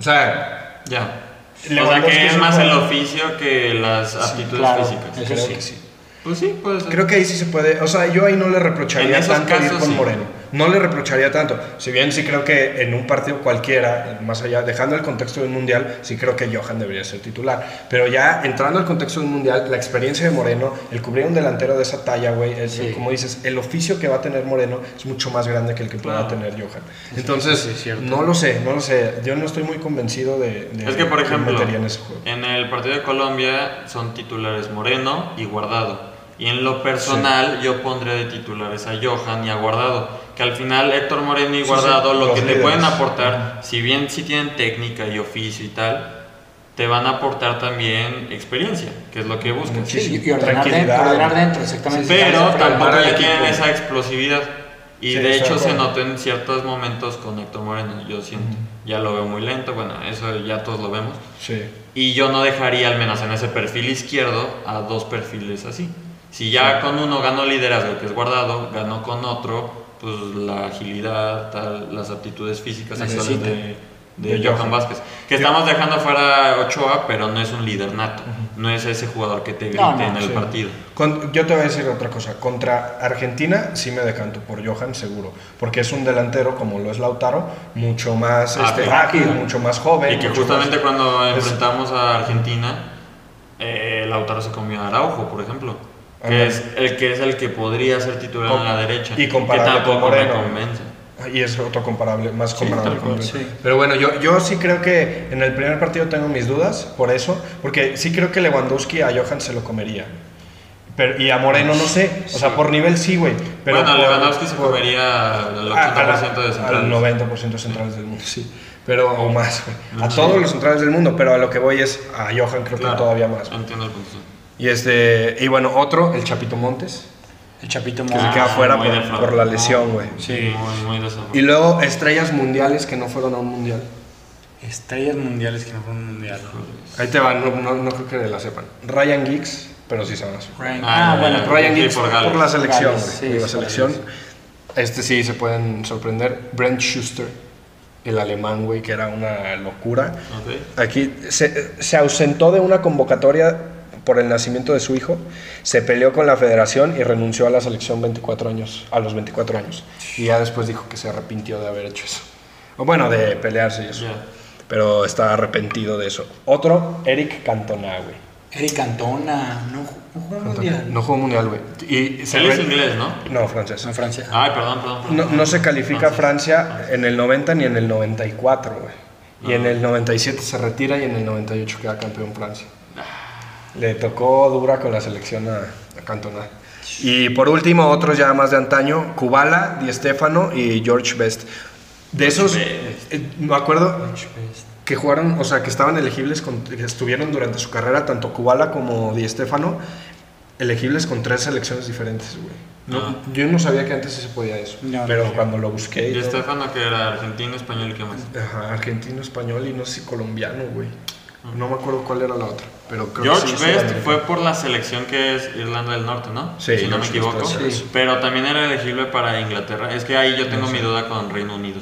O sea, Ya. O sea, Lewandowski que es es un más el jugador. oficio que las aptitudes claro. físicas. Eso creo sí. que sí. Pues sí, puede ser. Creo que ahí sí se puede. O sea, yo ahí no le reprocharía En esos tanto ir casos, con sí. Moreno. No le reprocharía tanto. Si bien sí creo que en un partido cualquiera, más allá, dejando el contexto del mundial, sí creo que Johan debería ser titular. Pero ya entrando al contexto del mundial, la experiencia de Moreno, el cubrir un delantero de esa talla, güey, es, Sí. como dices, el oficio que va a tener Moreno es mucho más grande que el que pueda Claro. tener Johan. Entonces, sí, es cierto. no lo sé, no lo sé. Yo no estoy muy convencido de, de Es que, por quién ejemplo, metería en ese juego. en el partido de Colombia son titulares Moreno y Guardado. Y en lo personal, yo pondría de titulares a Johan y a Guardado. Que al final, Héctor Moreno y Sí, Guardado, sí, lo los que te líderes. pueden aportar, si bien sí tienen técnica y oficio y tal, te van a aportar también experiencia, que es lo que buscas. Sí, sí, y, y ordenar, tranquilidad. dentro, ordenar dentro, exactamente. Pero Calmar tampoco al ya equipo. tienen esa explosividad. Y Sí, de estoy hecho de se acuerdo. notó en ciertos momentos con Héctor Moreno, yo siento. Ya lo veo muy lento, bueno, eso ya todos lo vemos. Sí. Y yo no dejaría, al menos en ese perfil izquierdo, a dos perfiles así. Si ya con uno ganó liderazgo, que es guardado, ganó con otro, pues la agilidad, tal, las aptitudes físicas actuales Necesita. de, de De Johan, Johan. Vázquez. Que estamos dejando fuera a Ochoa, pero no es un líder nato. No es ese jugador que te grite No, no, en el Sí. partido. Con- yo te voy a decir otra cosa. Contra Argentina sí me decanto por Johan, seguro. Porque es un delantero, como lo es Lautaro, mucho más Ah, este, claro. ágil, mucho más joven. Y que mucho justamente más- cuando es- enfrentamos a Argentina, eh, Lautaro se comió a Araujo, por ejemplo. Ajá. Que es, el que es el que podría ser titular Con- en la derecha. y que comparable con tampoco me Moreno. convence. Y es otro comparable, más comparable. tal con cual, él. sí. Pero bueno, yo, yo sí creo que en el primer partido tengo mis dudas por eso, porque sí creo que Lewandowski a Johan se lo comería. Pero, y a Moreno no sé, o sea, por nivel sí, güey. pero bueno, por- Lewandowski se por- comería el 80% Ah, a la- de centrales. Al 90% de centrales del mundo, sí. Pero, o más, güey. A Sí. todos los centrales del mundo, pero a lo que voy es a Johan, creo Claro, que todavía más. güey. Entiendo el punto. Y este, y bueno, otro, el Chapito Montes, El Chapito que Montes. se queda Ah, fuera muy de por, flor. por la lesión, güey. Sí. Muy, muy Y desafortunado. luego estrellas mundiales que no fueron a un mundial. Estrellas mundiales que no fueron mundial. Ahí te van, no, no- no creo que la sepan. Ryan Giggs, pero sí saben. Ryan- Ah, Ah, ya, bueno, ya. Ryan- Ryan Sí, Giggs por por, Gales. la selección, Gales, güey, sí, por la sí, selección. Gales. Este sí se pueden sorprender. Brent Schuster, el alemán, güey, que era una locura. Ok. Aquí se, se ausentó de una convocatoria por el nacimiento de su hijo, se peleó con la federación y renunció a la selección 24 años, a los 24 años. Y ya después dijo que se arrepintió de haber hecho eso. O bueno, de pelearse y eso. Ya. Pero está arrepentido de eso. Otro, Eric Cantona, güey. Eric Cantona. No, ju- no jugó mundial. No jugó mundial, güey. Y y se Él es re- inglés, ¿no? No, francés. En Francia. Ay, perdón, perdón. perdón. No, no se califica Francia. Francia en el 90 ni en el 94, güey. Y en el 97 se retira y en el 98 queda campeón Francia. Le tocó dura con la selección a, a Cantona. Y por último, otros ya más de antaño, Kubala, Di Stefano y George Best. De esos, eh, me acuerdo que jugaron, o sea, que estaban elegibles, con- que estuvieron durante su carrera, tanto Kubala como Di Stefano, elegibles con tres selecciones diferentes, güey. No, Ah. Yo no sabía que antes sí se podía eso, No, pero no. cuando lo busqué... y Y todo- Estefano, que era argentino, español, ¿qué más? Ajá, argentino, español y no sé si colombiano, güey. No me acuerdo cuál era la otra, pero creo que Ah. George sí, Best sudamericano. fue por la selección que es Irlanda del Norte, ¿no? Sí, si no me George Best, equivoco. así es. Pero también era elegible para Inglaterra. Es que ahí yo tengo mi duda con Reino Unido.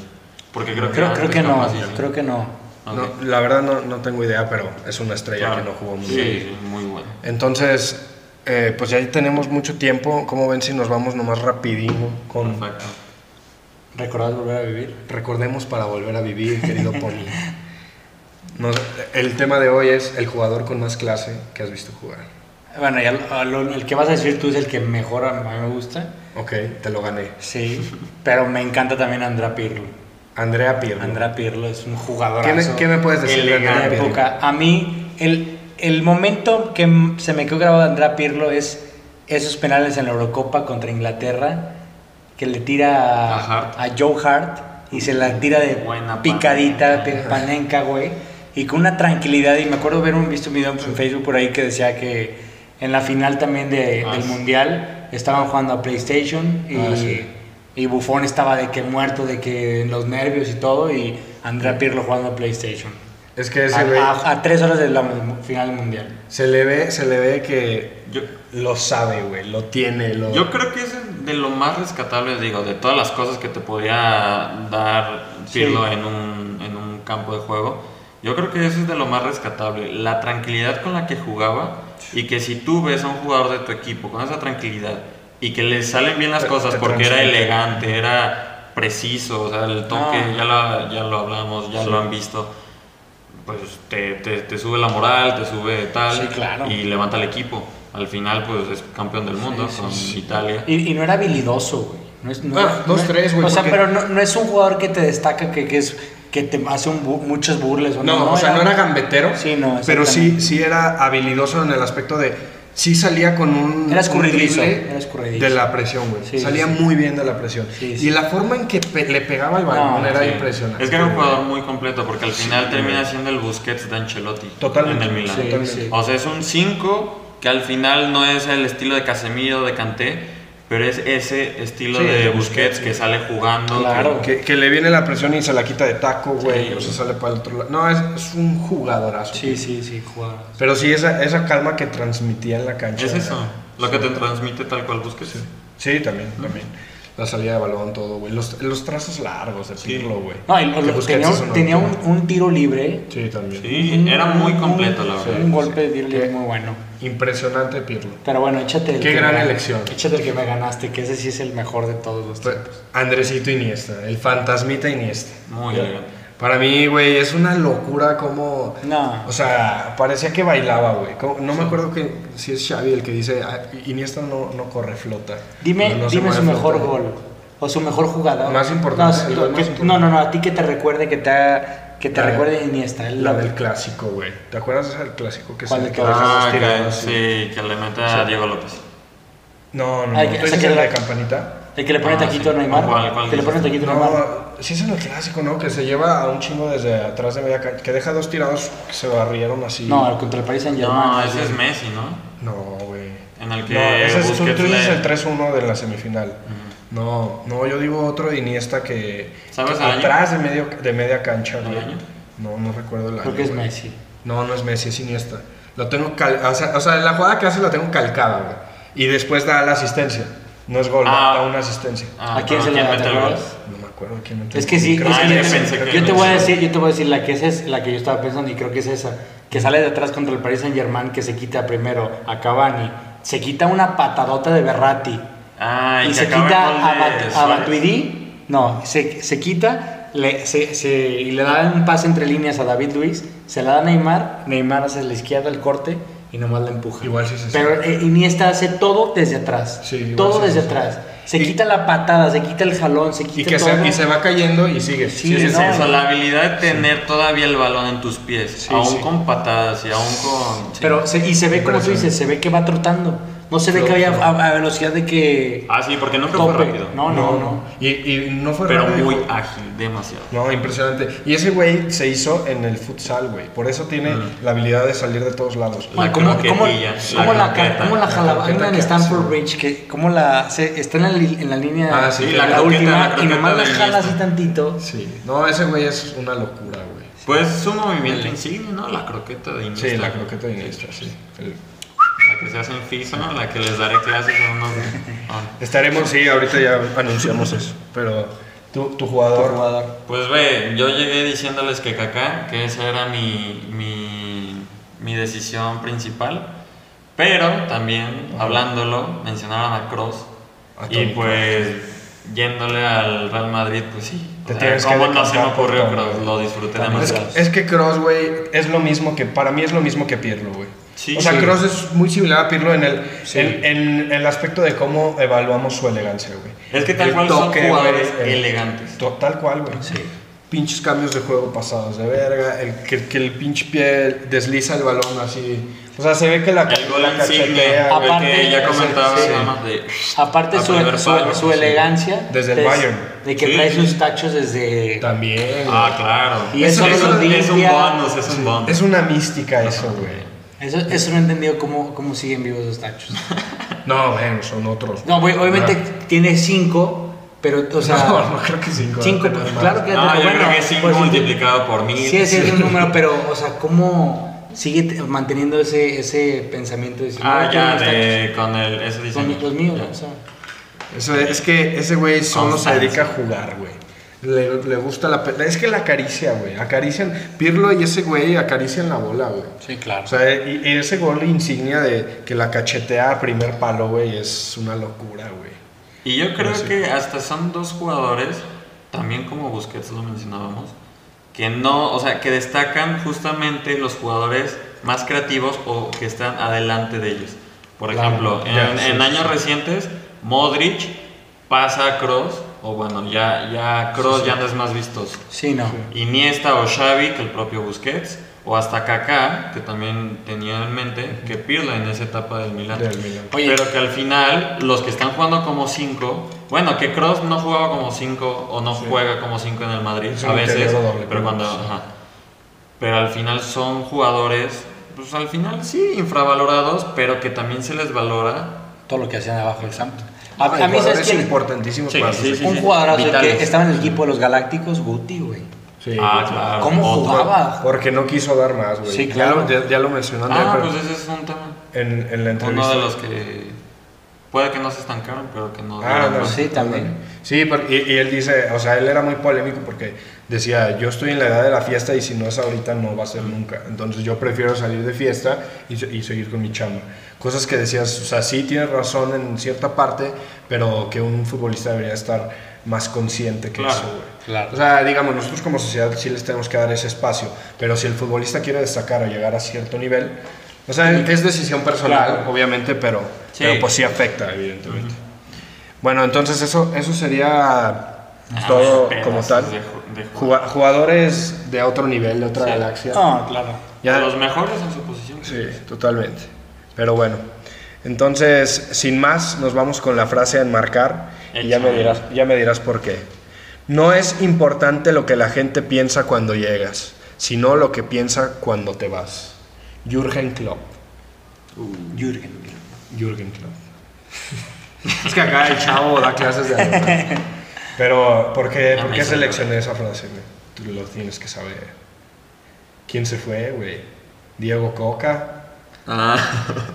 Porque creo que Creo, creo antes que no, capaz sí, sí. creo que no. Ok, No, la verdad no, no tengo idea, pero es una estrella claro. que no jugó muy Sí, bien. sí, muy bueno. Entonces, eh, pues ya tenemos mucho tiempo. ¿Cómo ven si nos vamos nomás rapidín con Perfecto. ¿Recordás volver a vivir? Recordemos para volver a vivir, querido Pony? Nos- el tema de hoy es el jugador con más clase que has visto jugar. Bueno, ya lo- lo- el que vas a decir tú es el que mejor a mí me gusta. Ok, te lo gané. Sí, pero me encanta también Andrea Pirlo. Andrea Pirlo. Andrea Pirlo es un jugador. ¿Qué me- qué me puedes decir de Andrea Pirlo? época. A mí, el, el momento que m- se me quedó grabado de Andrea Pirlo es esos penales en la Eurocopa contra Inglaterra que le tira A Hart. a Joe Hart y se la tira de Buena picadita, panenca. pe- panenca, güey. Y con una tranquilidad, y me acuerdo haber un, visto un video en Facebook por ahí que decía que en la final también de- Ah, del sí. Mundial estaban jugando a PlayStation y, Ah, sí. y Buffon estaba de que muerto, de que en los nervios y todo, y Andrea Pirlo jugando a PlayStation. Es que A, se, ve, a- a tres horas de la mu- final del Mundial. se le ve, se le ve que Yo, lo sabe, güey, lo tiene, lo. yo creo que es de lo más rescatable, digo, de todas las cosas que te podía dar Pirlo en, un, en un campo de juego. Yo creo que eso es de lo más rescatable. La tranquilidad con la que jugaba y que si tú ves a un jugador de tu equipo con esa tranquilidad y que le salen bien las Te- cosas te porque era transmite. elegante, era preciso, o sea, el toque, Ah. ya, lo, ya lo hablamos, ya lo han visto. Pues te, te- te sube la moral, te sube tal Sí, claro. y levanta el equipo. Al final, pues es campeón del mundo sí, con Italia. Y, y no era habilidoso, güey. No es, no Bueno, es- Ah, dos, no es- tres, güey, O sea, porque- pero no, no es un jugador que te destaca, que, que es que te hace un bu- muchos burles. No, o sea, no era gambetero. Sí, no, Pero sí, exactamente. sí era habilidoso en el aspecto de. Sí salía con un. Era escurridizo, un drible era escurridizo. De la presión, güey. Sí, salía sí. muy bien de la presión. Sí, sí. Y la forma en que pe- le pegaba el balón No, era Sí. impresionante. Es que era un güey. jugador muy completo porque al final termina siendo el Busquets de Ancelotti Totalmente. en el Milan. Sí, Totalmente. sí. O sea, es un 5 que al final no es el estilo de Casemiro, de Kanté, pero es ese estilo Sí, de de Busquets que sale jugando. Claro. Oh, que- Que, que le viene la presión y se la quita de taco, güey. Sí. o sea, sale para el otro lado. No, es, es un jugadorazo. Sí, sí, sí, jugador. Pero sí, esa, esa calma que transmitía en la cancha. es era- eso, lo que te transmite tal cual Busquets. Sí, también, también. La salida de balón, todo, güey. Los, los trazos largos de Pirlo, güey. No, y lo- Que lo- Busquets tenía, es un, tenía un, un tiro libre. Sí, también. Sí, era muy completo, la Un- verdad. Un golpe de tiro libre Que- muy bueno. Impresionante Pirlo. Pero bueno, échate el Qué que gran me- elección. Échate el que me ganaste, que ese sí es el mejor de todos los Pues, tiempos. Andresito Iniesta, el fantasmita Iniesta. Muy Ya. elegante. Para mí, güey, es una locura como... No. O sea, parecía que bailaba, güey. Como- No me acuerdo que si es Xavi el que dice, "Ah, Iniesta no, no corre flota. Dime, No, no se dime mueve su mejor flota. gol o su mejor jugada. Más importante, No, el gol que- más importante. no, no, no, a ti que te recuerde que te ha- que te La- recuerde Iniesta. el- La del clásico, güey. ¿Te acuerdas de esa del clásico que ¿Cuál se de que todas? dejas Ah, estirado que, así? sí, que le mete a Diego López. No, no, no. Ay, ¿Tú que- o sea, dices que el la- de campanita? el que le pone Ah, taquito a sí. Neymar. ¿Cuál- cuál que le pone dices? taquito a Neymar. No, sí es en el clásico, ¿no? Que se lleva a un chingo desde atrás de media cancha. Que deja dos tirados que se barrieron así. No, al contra el Paris Saint Germain. No, ese es Messi, ¿no? No, güey. En el que No, ese es, tú, Busquets tú dices le- el 3-1 de la semifinal. No, no, yo digo otro de Iniesta que, que ¿Sabes el año? atrás de, medio, de media cancha. ¿El güey. año? No, no recuerdo el año. Creo que es güey. Messi. No, no es Messi, es Iniesta. Lo tengo cal- o, sea, o sea, la jugada que hace la tengo calcada, güey. Y después da la asistencia. No es gol, Ah. da una asistencia. Ah, ¿A quién pero se le mete el da? gol? No me acuerdo quién metió. Es que sí, Creo es que Ah, yo, ya te- pensé yo que te no. voy a decir, yo te voy a decir la que esa es la que yo estaba pensando y creo que es esa, que sale de atrás contra el Paris Saint Germain que se quita primero a Cavani, se quita una patadota de Berratti Ah, y, que se acaba quita el gol a, de Bat- a Suárez. Matuidi, no, se, se quita, le, se, se- y le dan un pase entre líneas a David Luis, se la da a Neymar, Neymar hace la izquierda el corte y nomás la empuja. Igual sí se Pero eh, Iniesta hace todo desde atrás, Sí, igual todo sí se desde sabe. atrás. Se Y- quita la patada, se quita el jalón, se quita Y que todo. se, y se va cayendo y sigue. Sí, Sí, es no. eso, la habilidad de tener todavía el balón en tus pies, Sí, aún sí. con patadas y aún con... sí. Pero se- y se ve como tú dices, se ve que va trotando. No se ve que había a, a velocidad de que. Ah, sí, porque nunca tope. fue rápido. No, no, no. Y, y no fue Pero rápido. muy ágil, demasiado. No, impresionante. Y ese güey se hizo en el futsal, güey. Por eso tiene la habilidad de salir de todos lados. La Oye, ¿Cómo, croquetilla, cómo, la cómo la, croqueta, cómo la la jalaba? Hay croqueta una en que Stanford hace. Bridge que como la se, está en la, li- en la línea Ah, sí, la la, la croqueta, la última y croqueta nomás la del jala listo. así tantito. Sí. No, ese güey es una locura, güey. Pues su movimiento insignia, ¿no? La croqueta de Iniesta. Sí, la croqueta de Iniesta, sí. El- La que se hace en FISO, ¿no? La que les daré clases a unos... Ah. Estaremos, sí, ahorita ya anunciamos eso. Pero tu, tu jugador. Pues ve, yo llegué diciéndoles que Kaká, que esa era mi, mi, mi decisión principal, pero también hablándolo mencionaban a Cross A y Toni pues yéndole al Real Madrid, pues sí. O Te sea, tienes que ¿Cómo no se me decantar por ocurrió Toni. Kroos? Lo disfruté Es demasiado. que, es que Cross, güey, es lo mismo que. Para mí es lo mismo que Pirlo, güey. Sí, o sea, sí. Cross es muy similar a Pirlo en el, Sí. en, en el aspecto de cómo evaluamos su elegancia, güey. Es que tal El cual son toque, jugadores güey, el- elegantes. to- Tal cual, güey. Pinches cambios de juego pasados de verga. El, que, que el pinche pie desliza el balón así. O sea, se ve que la. El gol la insignia, cachetea, el güey. Aparte, que ya ese- comentaba sí. nada más de... Aparte a su, primer su- palo, su sí. elegancia. Desde el es Bayern. De que Sí, trae sí. sus tachos desde... También. Ah, claro. Y eso lo es un limpia. bonus, es un bonus. Es una mística eso, güey. Eso, eso no he entendido cómo, cómo siguen vivos esos tachos. No, bueno, son otros. No, güey, obviamente No. tiene cinco, pero, o sea... no, no creo que cinco. cinco, no, no. claro que... No, yo bueno, creo que 5 pues, sí, multiplicado por mil. Sí, ese es un número, pero, o sea, ¿cómo sigue t- manteniendo ese, ese pensamiento? De decir, Ah, no, ya, los tachos de, con el, ese Son diseño. mi- los míos, Ya. o sea, Eso es, es que ese güey solo se Constancia. dedica a jugar, güey. Le, le gusta la... pe- Es que la acaricia, güey. Acarician... Pirlo y ese güey acarician la bola, güey. Sí, claro. O sea, y, y ese gol insignia de que la cachetea a primer palo, güey, es una locura, güey. Y yo creo Sí. que hasta son dos jugadores, también como Busquets lo mencionábamos, que no, o sea, que destacan justamente los jugadores más creativos o que están adelante de ellos. Por Claro, ejemplo, en, ya, sí, en sí, años sí. recientes, Modric pasa a Cross, o bueno, ya, ya Cross ya no es más vistoso. Sí, no. Iniesta o Xavi, que el propio Busquets, o hasta Kaká, que también tenía en mente que Pirlo en esa etapa del Milan. Del Milan. Oye. Pero que al final los que están jugando como 5, bueno, que Cross no jugaba como 5 o no juega como 5 en el Madrid Es a un veces, interior doble, pero pero cuando sí. ajá. pero al final son jugadores pues al final sí infravalorados, pero que también se les valora. Todo lo que hacían abajo del Santos. A, Hay a mí, ¿sabes jugadores quién? importantísimos Sí, para sí, sus sí. Un jugadorazo el Vitales. que estaba en el equipo de los Galácticos, Guti, güey. Sí. pues, ah, claro. ¿Cómo otro. jugaba? Porque no quiso dar más, güey. Sí, Ya claro. lo- Ya ya lo, mencionaste Ah, pues ese es un tema. en, en la entrevista. Uno de los que puede que no se estancaron, pero que no Ah, dieron no, más. Sí, también. Sí, pero- y, y él dice, o sea, él era muy polémico porque decía, yo estoy en la edad de la fiesta y si no es ahorita no va a ser nunca. Entonces yo prefiero salir de fiesta y, se- y seguir con mi chamba. Cosas que decías, o sea, sí tienes razón en cierta parte, pero que un futbolista debería estar más consciente que Claro, eso, güey. claro. O sea, digamos, nosotros como sociedad sí les tenemos que dar ese espacio, pero si el futbolista quiere destacar o llegar a cierto nivel, o sea, es decisión personal, obviamente, pero, Sí. pero pues sí afecta, evidentemente. Bueno, entonces eso, eso sería Ah, pues todo pedazos como tal. de ju- de Juga- jugadores de otro nivel, de otra Sí. galaxia. No, Ah, claro. Ya- De los mejores en su posición. Sí, totalmente. Pero bueno, entonces, sin más, nos vamos con la frase a enmarcar y ya me, Échale. dirás, ya me dirás por qué. No es importante lo que la gente piensa cuando llegas, sino lo que piensa cuando te vas. Jürgen Klopp. Uh, Jürgen. Jürgen Klopp. es que acá el chavo da clases de alemán. Pero, ¿por qué, No por me qué salió. seleccioné esa frase? güey? Tú lo tienes que saber. ¿Quién se fue, güey? Diego Coca. Ah.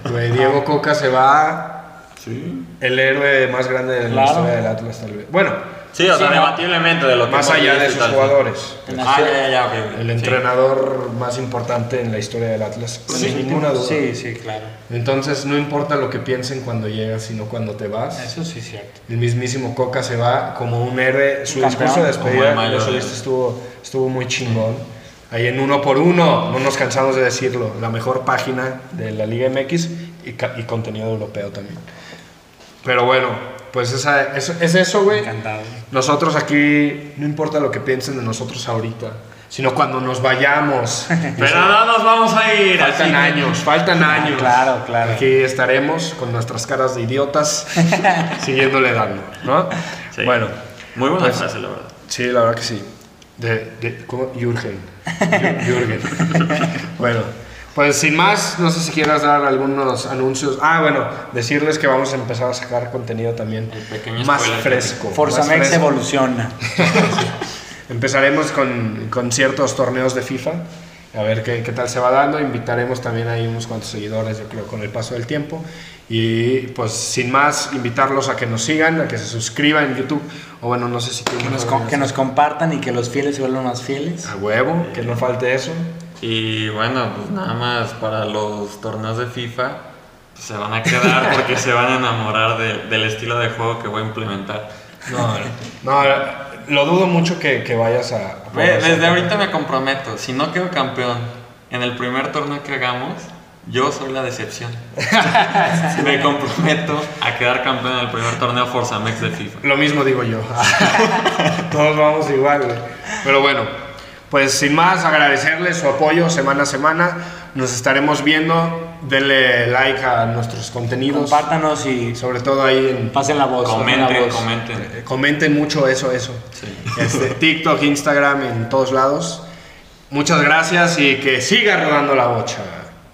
Güey, Diego Coca se va. sí. El héroe más grande de la Claro. historia del Atlas, tal vez. Bueno, Sí, o Sí, sea, no. debatiblemente de lo que más hemos allá visto de y sus tal. jugadores. Ah, ya, ya, ya, ok, ok. El Sí. entrenador más importante en la historia del Atlas, sin ninguna duda. Sí, sí, claro. Entonces, no importa lo que piensen cuando llegas, sino cuando te vas. Eso sí es cierto. El mismísimo Coca se va como un héroe. Su Campeón. discurso de Como el despedida, mayor. lo solista, estuvo, estuvo muy chingón. Ahí en uno por uno, no nos cansamos de decirlo, la mejor página de la Liga MX y, ca- y contenido europeo también. Pero bueno, pues esa, eso- es eso, güey. Encantado. Nosotros aquí, no importa lo que piensen de nosotros ahorita, sino cuando nos vayamos. Pero no nos vamos a ir. Faltan así que- años, faltan años. Ah, claro, claro. Aquí estaremos con nuestras caras de idiotas siguiéndole dando, ¿no? Sí. Bueno, Muy buena pues- frase, la verdad. sí, la verdad que sí. De, de- ¿Cómo? Jürgen. Ju- Jürgen. bueno, pues sin más, no sé si quieras dar algunos anuncios. Ah, bueno, decirles que vamos a empezar a sacar contenido también El pequeño más spoiler. fresco. Forza más Max fresco. evoluciona. Empezaremos con, con ciertos torneos de FIFA, a ver qué, qué tal se va dando. Invitaremos también ahí unos cuantos seguidores, yo creo, con el paso del tiempo. Y pues sin más, invitarlos a que nos sigan, a que se suscriban en YouTube. O bueno, no sé si tú- Que nos, com- que nos compartan y que los fieles se vuelvan más fieles. A huevo, que no falte eso. Y bueno, pues nada más para los torneos de FIFA pues, se van a quedar porque se van a enamorar de- del estilo de juego que voy a implementar. No, no, lo dudo mucho que, que vayas a... a Ve, poder desde ser- ahorita me comprometo, si no quedo campeón en el primer torneo que hagamos, yo soy la decepción. me comprometo a quedar campeón en el primer torneo Forza Mex de FIFA. Lo mismo digo yo. Todos vamos igual, güey. Pero bueno, pues sin más, agradecerles su apoyo semana a semana. Nos estaremos viendo. Denle like a nuestros contenidos. Compártanos y Sobre todo ahí en. pasen la voz. pasen la Comenten, voz. comenten. eh, Comenten mucho eso, eso. Sí. Este, TikTok, Instagram, en todos lados. Muchas gracias y que siga rodando la bocha.